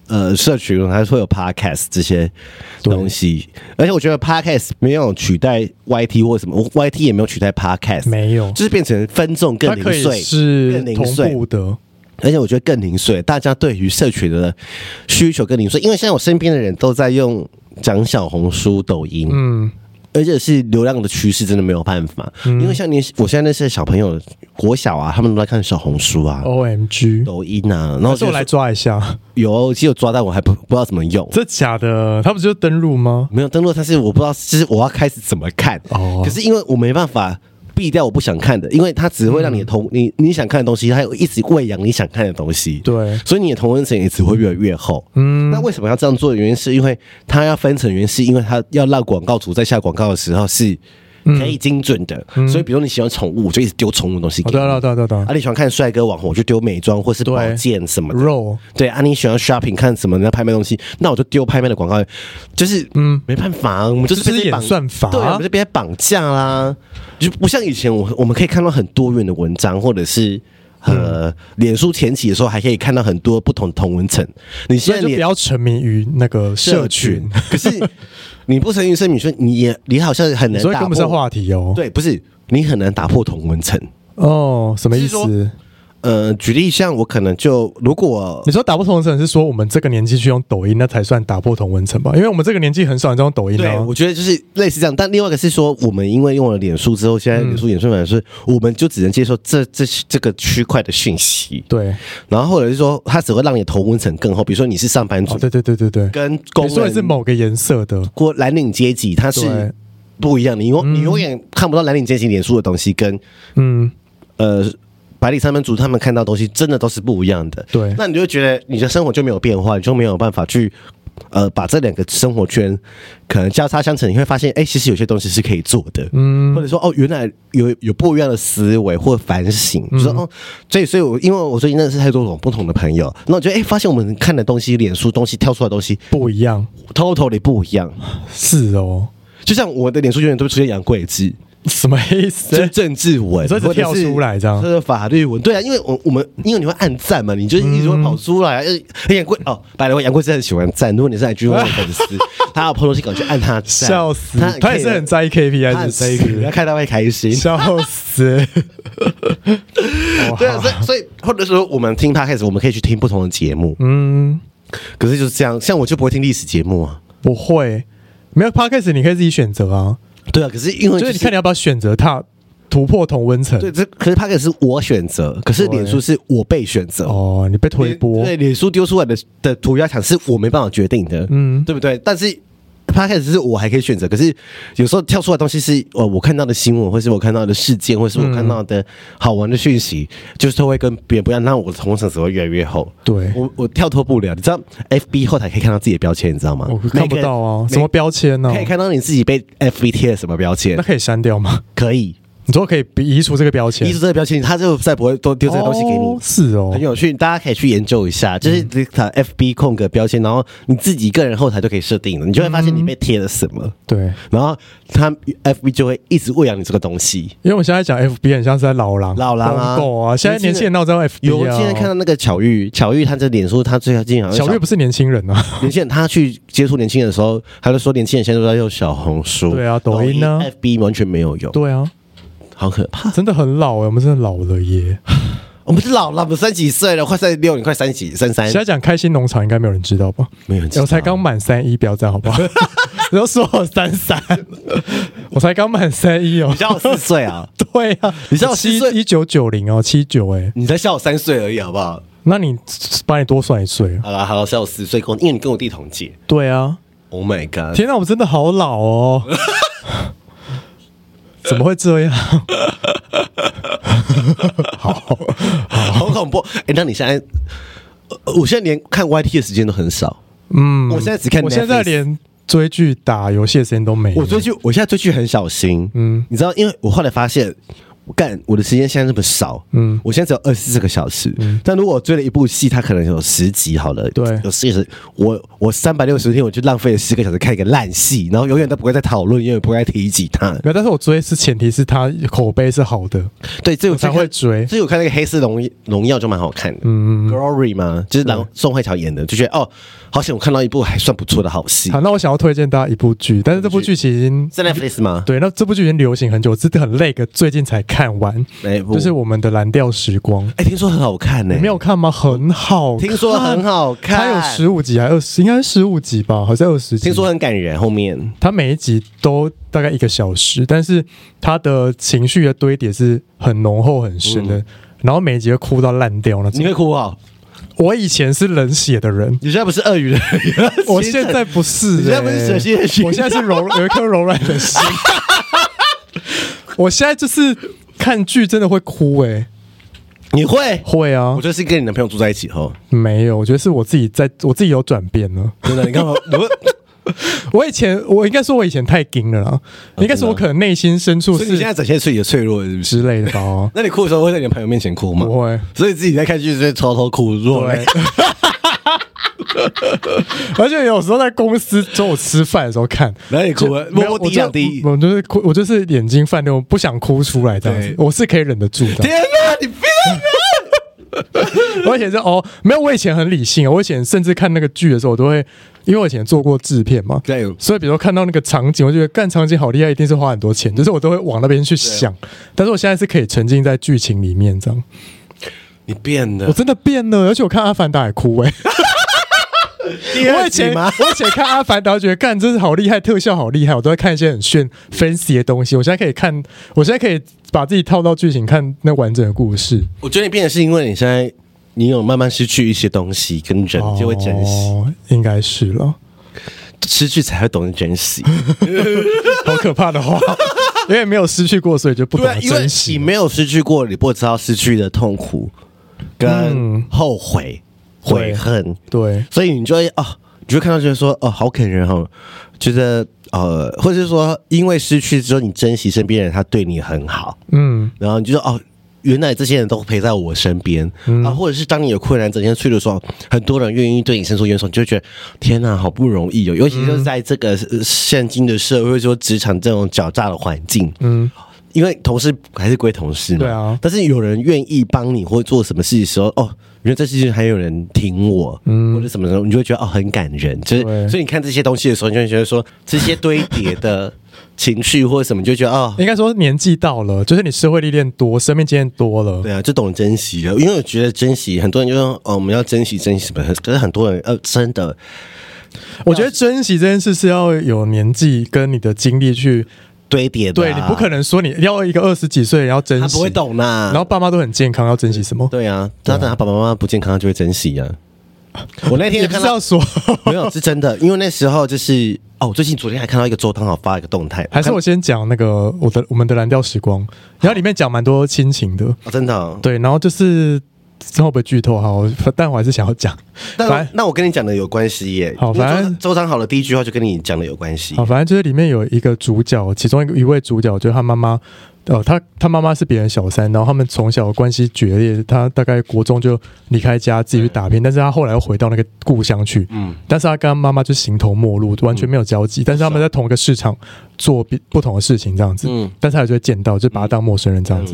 [SPEAKER 2] 呃社群，还是会有 podcast 这些东西，而且我觉得 podcast 没有取代 YT 或什么我，YT 也没有取代 podcast，
[SPEAKER 1] 没有
[SPEAKER 2] 就是变成分众更
[SPEAKER 1] 它
[SPEAKER 2] 零
[SPEAKER 1] 可以
[SPEAKER 2] 碎，
[SPEAKER 1] 是
[SPEAKER 2] 更零
[SPEAKER 1] 同
[SPEAKER 2] 碎
[SPEAKER 1] 步，的，
[SPEAKER 2] 而且我觉得更零碎，大家对于社群的需求更零碎，因为现在我身边的人都在用讲小红书、抖音，
[SPEAKER 1] 嗯，
[SPEAKER 2] 而且是流量的趋势，真的没有办法。因为像你，我现在那些小朋友，国小啊，他们都在看小红书啊、
[SPEAKER 1] O M G，
[SPEAKER 2] 抖音啊，然后
[SPEAKER 1] 哦是
[SPEAKER 2] 就
[SPEAKER 1] 我来抓一下，
[SPEAKER 2] 有，只有抓到我还不不知道怎么用。
[SPEAKER 1] 这假的，他不就登录吗？
[SPEAKER 2] 没有登录，但是我不知道，就是我要开始怎么看。
[SPEAKER 1] 哦
[SPEAKER 2] 可是因为我没办法避掉我不想看的，因为它只会让你的同、你你想看的东西，它有一直喂养你想看的东西。
[SPEAKER 1] 对
[SPEAKER 2] 所以你的同温层也只会越来越厚。嗯，那为什么要这样做的原因，是因为它要分层，原因是因为它要让广告主在下广告的时候是
[SPEAKER 1] 嗯
[SPEAKER 2] 可以精准的。所以，比如你喜欢宠物，我就一直丢宠物的东西
[SPEAKER 1] 哦，
[SPEAKER 2] 给你。
[SPEAKER 1] 对啊对啊对啊对啊
[SPEAKER 2] 啊，你喜欢看帅哥网红，我就丢美妆或是
[SPEAKER 1] 对
[SPEAKER 2] 保健什么的。
[SPEAKER 1] ，Roll，
[SPEAKER 2] 对啊，你喜欢 shopping 看什么人家拍卖东西，那我就丢拍卖的广告，就是嗯，没办法啊，我们就是
[SPEAKER 1] 这
[SPEAKER 2] 被
[SPEAKER 1] 是
[SPEAKER 2] 这些绑
[SPEAKER 1] 演算法啊
[SPEAKER 2] 对啊，我们就被它绑架啦，就不像以前我我们可以看到很多元的文章，或者是。
[SPEAKER 1] 嗯
[SPEAKER 2] 呃，脸书前期的时候还可以看到很多不同同文层，你
[SPEAKER 1] 所以
[SPEAKER 2] 现在
[SPEAKER 1] 就不
[SPEAKER 2] 脸
[SPEAKER 1] 要沉迷于那个社群，，
[SPEAKER 2] 可是你不成于社群，说你也你好像很难
[SPEAKER 1] 所以
[SPEAKER 2] 打
[SPEAKER 1] 跟
[SPEAKER 2] 破
[SPEAKER 1] 不上话题哦。
[SPEAKER 2] 对，不是你很难打破同文层。
[SPEAKER 1] 哦，什么意
[SPEAKER 2] 就是
[SPEAKER 1] 思？
[SPEAKER 2] 呃，举例像我可能就如果
[SPEAKER 1] 你说打破同文层是说我们这个年纪去用抖音，那才算打破同文层吧？因为我们这个年纪很少人在用抖音
[SPEAKER 2] 对，
[SPEAKER 1] 啊。
[SPEAKER 2] 我觉得就是类似这样，但另外一个是说，我们因为用了脸书之后，现在脸书演算法是，我们就只能接受这这这个区块的讯息，
[SPEAKER 1] 对，
[SPEAKER 2] 然后或者是说，它只会让你的头温层更厚。比如说你是上班族，
[SPEAKER 1] 哦，对对对对对，
[SPEAKER 2] 跟
[SPEAKER 1] 你
[SPEAKER 2] 工
[SPEAKER 1] 说的是
[SPEAKER 2] 人
[SPEAKER 1] 某个颜色的，
[SPEAKER 2] 或蓝领阶级，它
[SPEAKER 1] 对
[SPEAKER 2] 是不一样的。你永你永远看不到蓝领阶级脸书的东西，跟
[SPEAKER 1] 嗯，
[SPEAKER 2] 呃白领上班族他们看到的东西，真的都是不一样的。
[SPEAKER 1] 对
[SPEAKER 2] 那你就会觉得你的生活就没有变化，你就没有办法去。呃，把这两个生活圈可能交叉相乘，你会发现，哎、其实有些东西是可以做的，嗯，或者说，哦，原来有有不一样的思维或反省，就说，哦，所以，所以我因为我最近认识太多种不同的朋友，那我觉得，哎、发现我们看的东西、脸书东西、跳出来的东西
[SPEAKER 1] 不一样，
[SPEAKER 2] ，totally 不一样。
[SPEAKER 1] 是哦，
[SPEAKER 2] 就像我的脸书永远都会出现杨贵枝，
[SPEAKER 1] 什么意
[SPEAKER 2] 就是 [laughs]
[SPEAKER 1] 思？
[SPEAKER 2] 政治文，
[SPEAKER 1] 你说一直
[SPEAKER 2] 或者是
[SPEAKER 1] 跳出来这样
[SPEAKER 2] 或者法律文，对啊，因为我我们因为你会按赞嘛，你就是一直会跑出来。
[SPEAKER 1] 嗯
[SPEAKER 2] 呃杨贵哦，百灵杨贵真的很喜欢赞，如果你是 IG 的粉
[SPEAKER 1] [laughs]
[SPEAKER 2] 丝，他要 p 东西，赶快去按他赞，
[SPEAKER 1] 笑死，
[SPEAKER 2] 啊他
[SPEAKER 1] 他也是很在意 KPI，
[SPEAKER 2] 他很在意
[SPEAKER 1] 是不是
[SPEAKER 2] 他看他会开
[SPEAKER 1] [laughs]
[SPEAKER 2] 心。
[SPEAKER 1] 笑死。
[SPEAKER 2] 对啊，所以所以或者说我们听 podcast，我们可以去听不同的节目，
[SPEAKER 1] 嗯，
[SPEAKER 2] 可是就是这样，像我就不会听历史节目啊。
[SPEAKER 1] 不会，没有 podcast 你可以自己选择啊，
[SPEAKER 2] 对啊，可是因为
[SPEAKER 1] 就是你看你要不要选择踏突破同温层。
[SPEAKER 2] 对这，可是 podcast 是我选择，可是脸书是我被选择。
[SPEAKER 1] 哦，你被推波
[SPEAKER 2] 对，脸书丢出来的的涂鸦墙是我没办法决定的，嗯，对不对？但是他开始是我还可以选择，可是有时候跳出来的东西是呃我看到的新闻，或是我看到的事件，或是我看到
[SPEAKER 1] 嗯
[SPEAKER 2] 的好玩的讯息，就是都会跟别人不一样，那我的同温层只会越来越厚。
[SPEAKER 1] 对
[SPEAKER 2] 我我跳脱不了，你知道 FB 后台可以看到自己的标签，你知道吗？
[SPEAKER 1] 我看不到啊，
[SPEAKER 2] 每个
[SPEAKER 1] 什么标签呢、
[SPEAKER 2] 可以看到你自己被 FB 贴了什么标签
[SPEAKER 1] 那？可以删掉吗？
[SPEAKER 2] 可以
[SPEAKER 1] 你说可以移除这个标签？
[SPEAKER 2] 移除这个标签，他就再不会多丢这个东西给你
[SPEAKER 1] 哦。是哦嗯
[SPEAKER 2] 很，有趣，大家可以去研究一下，就是你打 FB 空格标签，然后你自己个人后台就可以设定了，你就会发现你被贴了什么，
[SPEAKER 1] 对，
[SPEAKER 2] 然后他 FB 就会一直喂养你这个东西。
[SPEAKER 1] 因为我们现在讲 FB 很像是在老狼、
[SPEAKER 2] 老狼啊
[SPEAKER 1] 狗啊，现在年轻人闹在 FB
[SPEAKER 2] 有，
[SPEAKER 1] 啊。
[SPEAKER 2] 我今天看到那个巧遇，巧遇他这脸书，他最近好像
[SPEAKER 1] 小月不是年轻人啊， [laughs]
[SPEAKER 2] 年轻人，他去接触年轻人的时候，他就说年轻人现在都在用小红书，
[SPEAKER 1] 对啊抖音啊
[SPEAKER 2] ，FB 完全没有用，
[SPEAKER 1] 对啊，
[SPEAKER 2] 好可怕。
[SPEAKER 1] 真的很老哎、我们真的老了耶。
[SPEAKER 2] 我们是老了，我们三十几岁了，快三十六，你快三十几，三三
[SPEAKER 1] 现，在讲开心农场应该没有人知道吧？
[SPEAKER 2] 没有人知
[SPEAKER 1] 欸
[SPEAKER 2] 道
[SPEAKER 1] 我才刚满三一，不要这样好不
[SPEAKER 2] [laughs]
[SPEAKER 1] 好？你都说我三三，我才刚满三一哦
[SPEAKER 2] 你。小我四岁啊，
[SPEAKER 1] 对啊，
[SPEAKER 2] 你知道我
[SPEAKER 1] 七
[SPEAKER 2] 四岁
[SPEAKER 1] 一九九零哦，七九哎，
[SPEAKER 2] 你才小我三岁而已，好不好？
[SPEAKER 1] 那你把你多算一岁啊？
[SPEAKER 2] 好了好了，小我十岁，跟我因为你跟我弟同届
[SPEAKER 1] 对啊，
[SPEAKER 2] ，Oh my god！
[SPEAKER 1] 天哪，我们真的好老哦！ [laughs] 怎么会这样？啊
[SPEAKER 2] 好恐怖！哎、那你现在，呃我现在连看 YT 的时间都很少。嗯，我现在只看 Netflix。
[SPEAKER 1] 我现在连嗯追剧、打游戏的时间都没有。
[SPEAKER 2] 我追剧，我现在追剧很小心。嗯，你知道，因为我后来发现，我干我的时间现在这么少。嗯，我现在只有二十四个小时。但如果我追了一部戏，它可能有十集好了。
[SPEAKER 1] 嗯对
[SPEAKER 2] 有四十，我我三百六十天，我就浪费了十个小时看一个烂戏，然后永远都不会再讨论，永远不会再提及它。
[SPEAKER 1] 没有，但是我追是前提是他口碑是好的，
[SPEAKER 2] 对，这我
[SPEAKER 1] 我才会追。
[SPEAKER 2] 所以我看那个《黑色荣荣耀》就蛮好看的，嗯，Glory 嘛，就是梁宋慧乔演的，就觉得哦，好险我看到一部还算不错的好戏
[SPEAKER 1] 好，，那我想要推荐大家一部剧，但是这部剧其实已经
[SPEAKER 2] 在 Netflix 吗？
[SPEAKER 1] 对，那这部剧已经流行很久，真的很累，可最近才看完，
[SPEAKER 2] 哪一部
[SPEAKER 1] 就是我们的《蓝调时光》。
[SPEAKER 2] 哎，听说很好看呢，
[SPEAKER 1] 你没有看吗？很好看，
[SPEAKER 2] 听说很好看
[SPEAKER 1] 它有十五集还二十，应该是十五集吧，好像二十集。
[SPEAKER 2] 听说很感人，后面
[SPEAKER 1] 它每一集都大概一个小时，但是它的情绪的堆叠是很浓厚、很深的，然后每一集会哭到烂掉那
[SPEAKER 2] 嗯你
[SPEAKER 1] 种。
[SPEAKER 2] 会哭啊？
[SPEAKER 1] 我以前是冷血的
[SPEAKER 2] [laughs]
[SPEAKER 1] 人，
[SPEAKER 2] 你现在不是鳄鱼人，
[SPEAKER 1] [laughs] 我现在不是、欸，
[SPEAKER 2] 你现在不是蛇蝎的心
[SPEAKER 1] 我现在是柔有一颗柔软的心。我现在就是看剧真的会哭哎、
[SPEAKER 2] [laughs]
[SPEAKER 1] [laughs]
[SPEAKER 2] 你会。
[SPEAKER 1] 会啊
[SPEAKER 2] 我，就是跟你男朋友住在一起后，
[SPEAKER 1] 没有，我觉得是我自己在，我自己有转变了。
[SPEAKER 2] 真的，你干嘛？ [laughs] 你会，
[SPEAKER 1] 我以前我应该说我以前太硬了啦，
[SPEAKER 2] 啊
[SPEAKER 1] 应该是我可能内心深处
[SPEAKER 2] 所以你现在
[SPEAKER 1] 是
[SPEAKER 2] 展现出你的脆弱，是不是？
[SPEAKER 1] 之类的吧。
[SPEAKER 2] 那你哭的时候会在你的朋友面前哭吗？
[SPEAKER 1] 不会
[SPEAKER 2] 所以自己在看剧就会偷偷哭，弱了
[SPEAKER 1] 对。 [laughs] 而且有时候在公司中午吃饭的时候看，
[SPEAKER 2] [laughs] 哪里哭啊
[SPEAKER 1] 就没有
[SPEAKER 2] 摸摸
[SPEAKER 1] 我
[SPEAKER 2] 地
[SPEAKER 1] 就
[SPEAKER 2] 两滴
[SPEAKER 1] 我就是哭，我就是眼睛泛泪，我不想哭出来这样子
[SPEAKER 2] 对，
[SPEAKER 1] 我是可以忍得住的。
[SPEAKER 2] 天啊哪，你变
[SPEAKER 1] 我以前是哦，没有，我以前很理性，我以前甚至看那个剧的时候，我都会，因为我以前做过制片嘛，
[SPEAKER 2] 对
[SPEAKER 1] 所以比如说看到那个场景，我就觉得干场景好厉害，一定是花很多
[SPEAKER 2] 嗯
[SPEAKER 1] 钱，就是我都会往那边去想。
[SPEAKER 2] 啊
[SPEAKER 1] 但是我现在是可以沉浸在剧情里面这样，
[SPEAKER 2] 你变
[SPEAKER 1] 我
[SPEAKER 2] 的，
[SPEAKER 1] 真的变了，而且我看《阿凡达》也哭哎、我以前
[SPEAKER 2] 吗？
[SPEAKER 1] 我以前看《阿凡达》，我觉得干真是好厉害，特效好厉害，我都在看一些很炫 fancy 的东西。我现在可以看，我现在可以把自己套到剧情看那完整的故事，
[SPEAKER 2] 我觉得你变的是因为你现在你有慢慢失去一些东西跟人，就会珍惜，
[SPEAKER 1] 哦，应该是了。
[SPEAKER 2] 失去才会懂得珍惜。
[SPEAKER 1] 好可怕的话， [laughs] 因为没有失去过，所以就不懂
[SPEAKER 2] 对啊
[SPEAKER 1] 得，
[SPEAKER 2] 因为
[SPEAKER 1] 珍惜
[SPEAKER 2] 你。没有失去过，你不知道失去的痛苦跟后悔、
[SPEAKER 1] 对
[SPEAKER 2] 悔恨，
[SPEAKER 1] 对，
[SPEAKER 2] 所以你就会哦，你就会看到觉得说哦，好感人哦，觉得呃，或者是说因为失去之后，你珍惜身边人，他对你很好，
[SPEAKER 1] 嗯，
[SPEAKER 2] 然后你就说哦。原来这些人都陪在我身边、啊，
[SPEAKER 1] 嗯
[SPEAKER 2] 或者是当你有困难、整天脆弱的时候，很多人愿意对你伸出援手，你就会觉得天哪，好不容易哦！尤其就是在这个呃现今的社会，或者说职场这种狡诈的环境，嗯，因为同事还是归同事嘛，
[SPEAKER 1] 对啊
[SPEAKER 2] 但是有人愿意帮你或做什么事的时候，哦，原来这事情还有人挺我，嗯，或者什么时候，你就会觉得哦，很感人，就是
[SPEAKER 1] 对
[SPEAKER 2] 所以你看这些东西的时候，你就会觉得说这些堆叠的情绪或者什么，你就觉得哦，
[SPEAKER 1] 应该说年纪到了，就是你社会历练多，生命经验多了。
[SPEAKER 2] 对啊，就懂得珍惜了。因为我觉得珍惜，很多人就说哦，我们要珍惜珍惜什么，可是很多人呃，真的
[SPEAKER 1] 我
[SPEAKER 2] 啊
[SPEAKER 1] 觉得珍惜这件事是要有年纪跟你的经历去，
[SPEAKER 2] 堆叠的、
[SPEAKER 1] 对
[SPEAKER 2] 啊，
[SPEAKER 1] 你不可能说你要一个二十几岁人要珍
[SPEAKER 2] 他
[SPEAKER 1] 惜，
[SPEAKER 2] 不会懂啊啦、
[SPEAKER 1] 然后爸妈都很健康，要珍惜什么？
[SPEAKER 2] 对啊，他等他爸爸妈妈不健康，
[SPEAKER 1] [laughs]
[SPEAKER 2] 他就会珍惜啊。我那天
[SPEAKER 1] 你
[SPEAKER 2] 就
[SPEAKER 1] 不
[SPEAKER 2] 看
[SPEAKER 1] 是要
[SPEAKER 2] 到，
[SPEAKER 1] 说 [laughs]
[SPEAKER 2] 没有是真的，因为那时候就是哦，我最近昨天还看到一个周汤豪发一个动态，
[SPEAKER 1] 还是我先讲那个我的我们的蓝调时光，然后里面讲蛮多亲情的，
[SPEAKER 2] 哦真的哦、
[SPEAKER 1] 对，然后就是之后被剧透哈，我但我还是想要讲，
[SPEAKER 2] 但
[SPEAKER 1] 反
[SPEAKER 2] 那我跟你讲的有关系耶。
[SPEAKER 1] 好
[SPEAKER 2] 因为周
[SPEAKER 1] 反正
[SPEAKER 2] 周汤好的第一句话就跟你讲的有关系
[SPEAKER 1] 好，。反正就是里面有一个主角，其中一个一位主角就是他妈妈，呃，他他妈妈是别人小三，然后他们从小关系决裂，他大概国中就离开家自己去打拼，但是他后来又回到那个故乡去，嗯，但是他跟他妈妈就形同陌
[SPEAKER 2] 嗯
[SPEAKER 1] 路，完全没有交集，但是他们在同一个市场做比不同的事情这样子，
[SPEAKER 2] 嗯
[SPEAKER 1] 但是他还是会见到，就把他当陌生人这样子。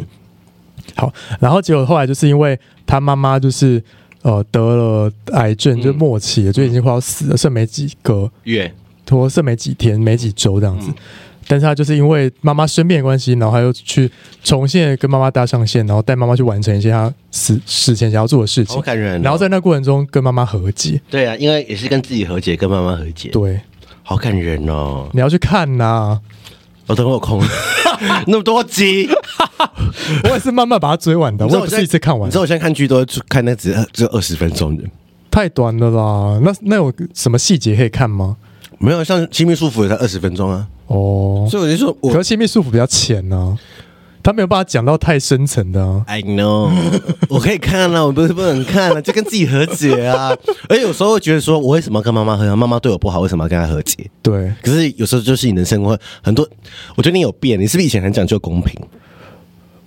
[SPEAKER 1] 好，然后结果后来就是因为他妈妈就是呃得了癌症，
[SPEAKER 2] 嗯
[SPEAKER 1] 就末期了，就已经快要死了，剩没几个
[SPEAKER 2] 月
[SPEAKER 1] 拖剩没几天、没几周这样
[SPEAKER 2] 嗯
[SPEAKER 1] 子。但是他就是因为妈妈生病的关系，然后他又去重现跟妈妈搭上线，然后带妈妈去完成一些他死死前想要做的事情
[SPEAKER 2] 好，感人哦。
[SPEAKER 1] 然后在那过程中跟妈妈和解。
[SPEAKER 2] 对啊，因为也是跟自己和解，跟妈妈和解，
[SPEAKER 1] 对，
[SPEAKER 2] 好感人哦。
[SPEAKER 1] 你要去看呐、
[SPEAKER 2] 我等会有
[SPEAKER 1] [laughs]
[SPEAKER 2] 空，那么多集，
[SPEAKER 1] 我也是慢慢把它追完的，
[SPEAKER 2] [laughs] 你
[SPEAKER 1] 我
[SPEAKER 2] 知
[SPEAKER 1] 也
[SPEAKER 2] 道
[SPEAKER 1] 不
[SPEAKER 2] 我
[SPEAKER 1] 是一次看完
[SPEAKER 2] 你知，道我现在看剧都是看那只只有二十分钟的，
[SPEAKER 1] 太短了啦。那那有什么细节可以看吗？
[SPEAKER 2] 没有像《亲密束缚》也才二十分钟啊。
[SPEAKER 1] 哦，
[SPEAKER 2] 所以我就说我，
[SPEAKER 1] 可是亲密束缚比较浅呢、他没有办法讲到太深层的、啊。[laughs]
[SPEAKER 2] I know，我可以看啊，我不是不能看啊，就跟自己和解
[SPEAKER 1] [laughs]
[SPEAKER 2] 啊。而且有时候会觉得说，我为什么要跟妈妈和解？妈妈对我不好，为什么要跟她和解？
[SPEAKER 1] 对，
[SPEAKER 2] 可是有时候就是你的生活很多，我觉得你有变，你是不是以前很讲究公平？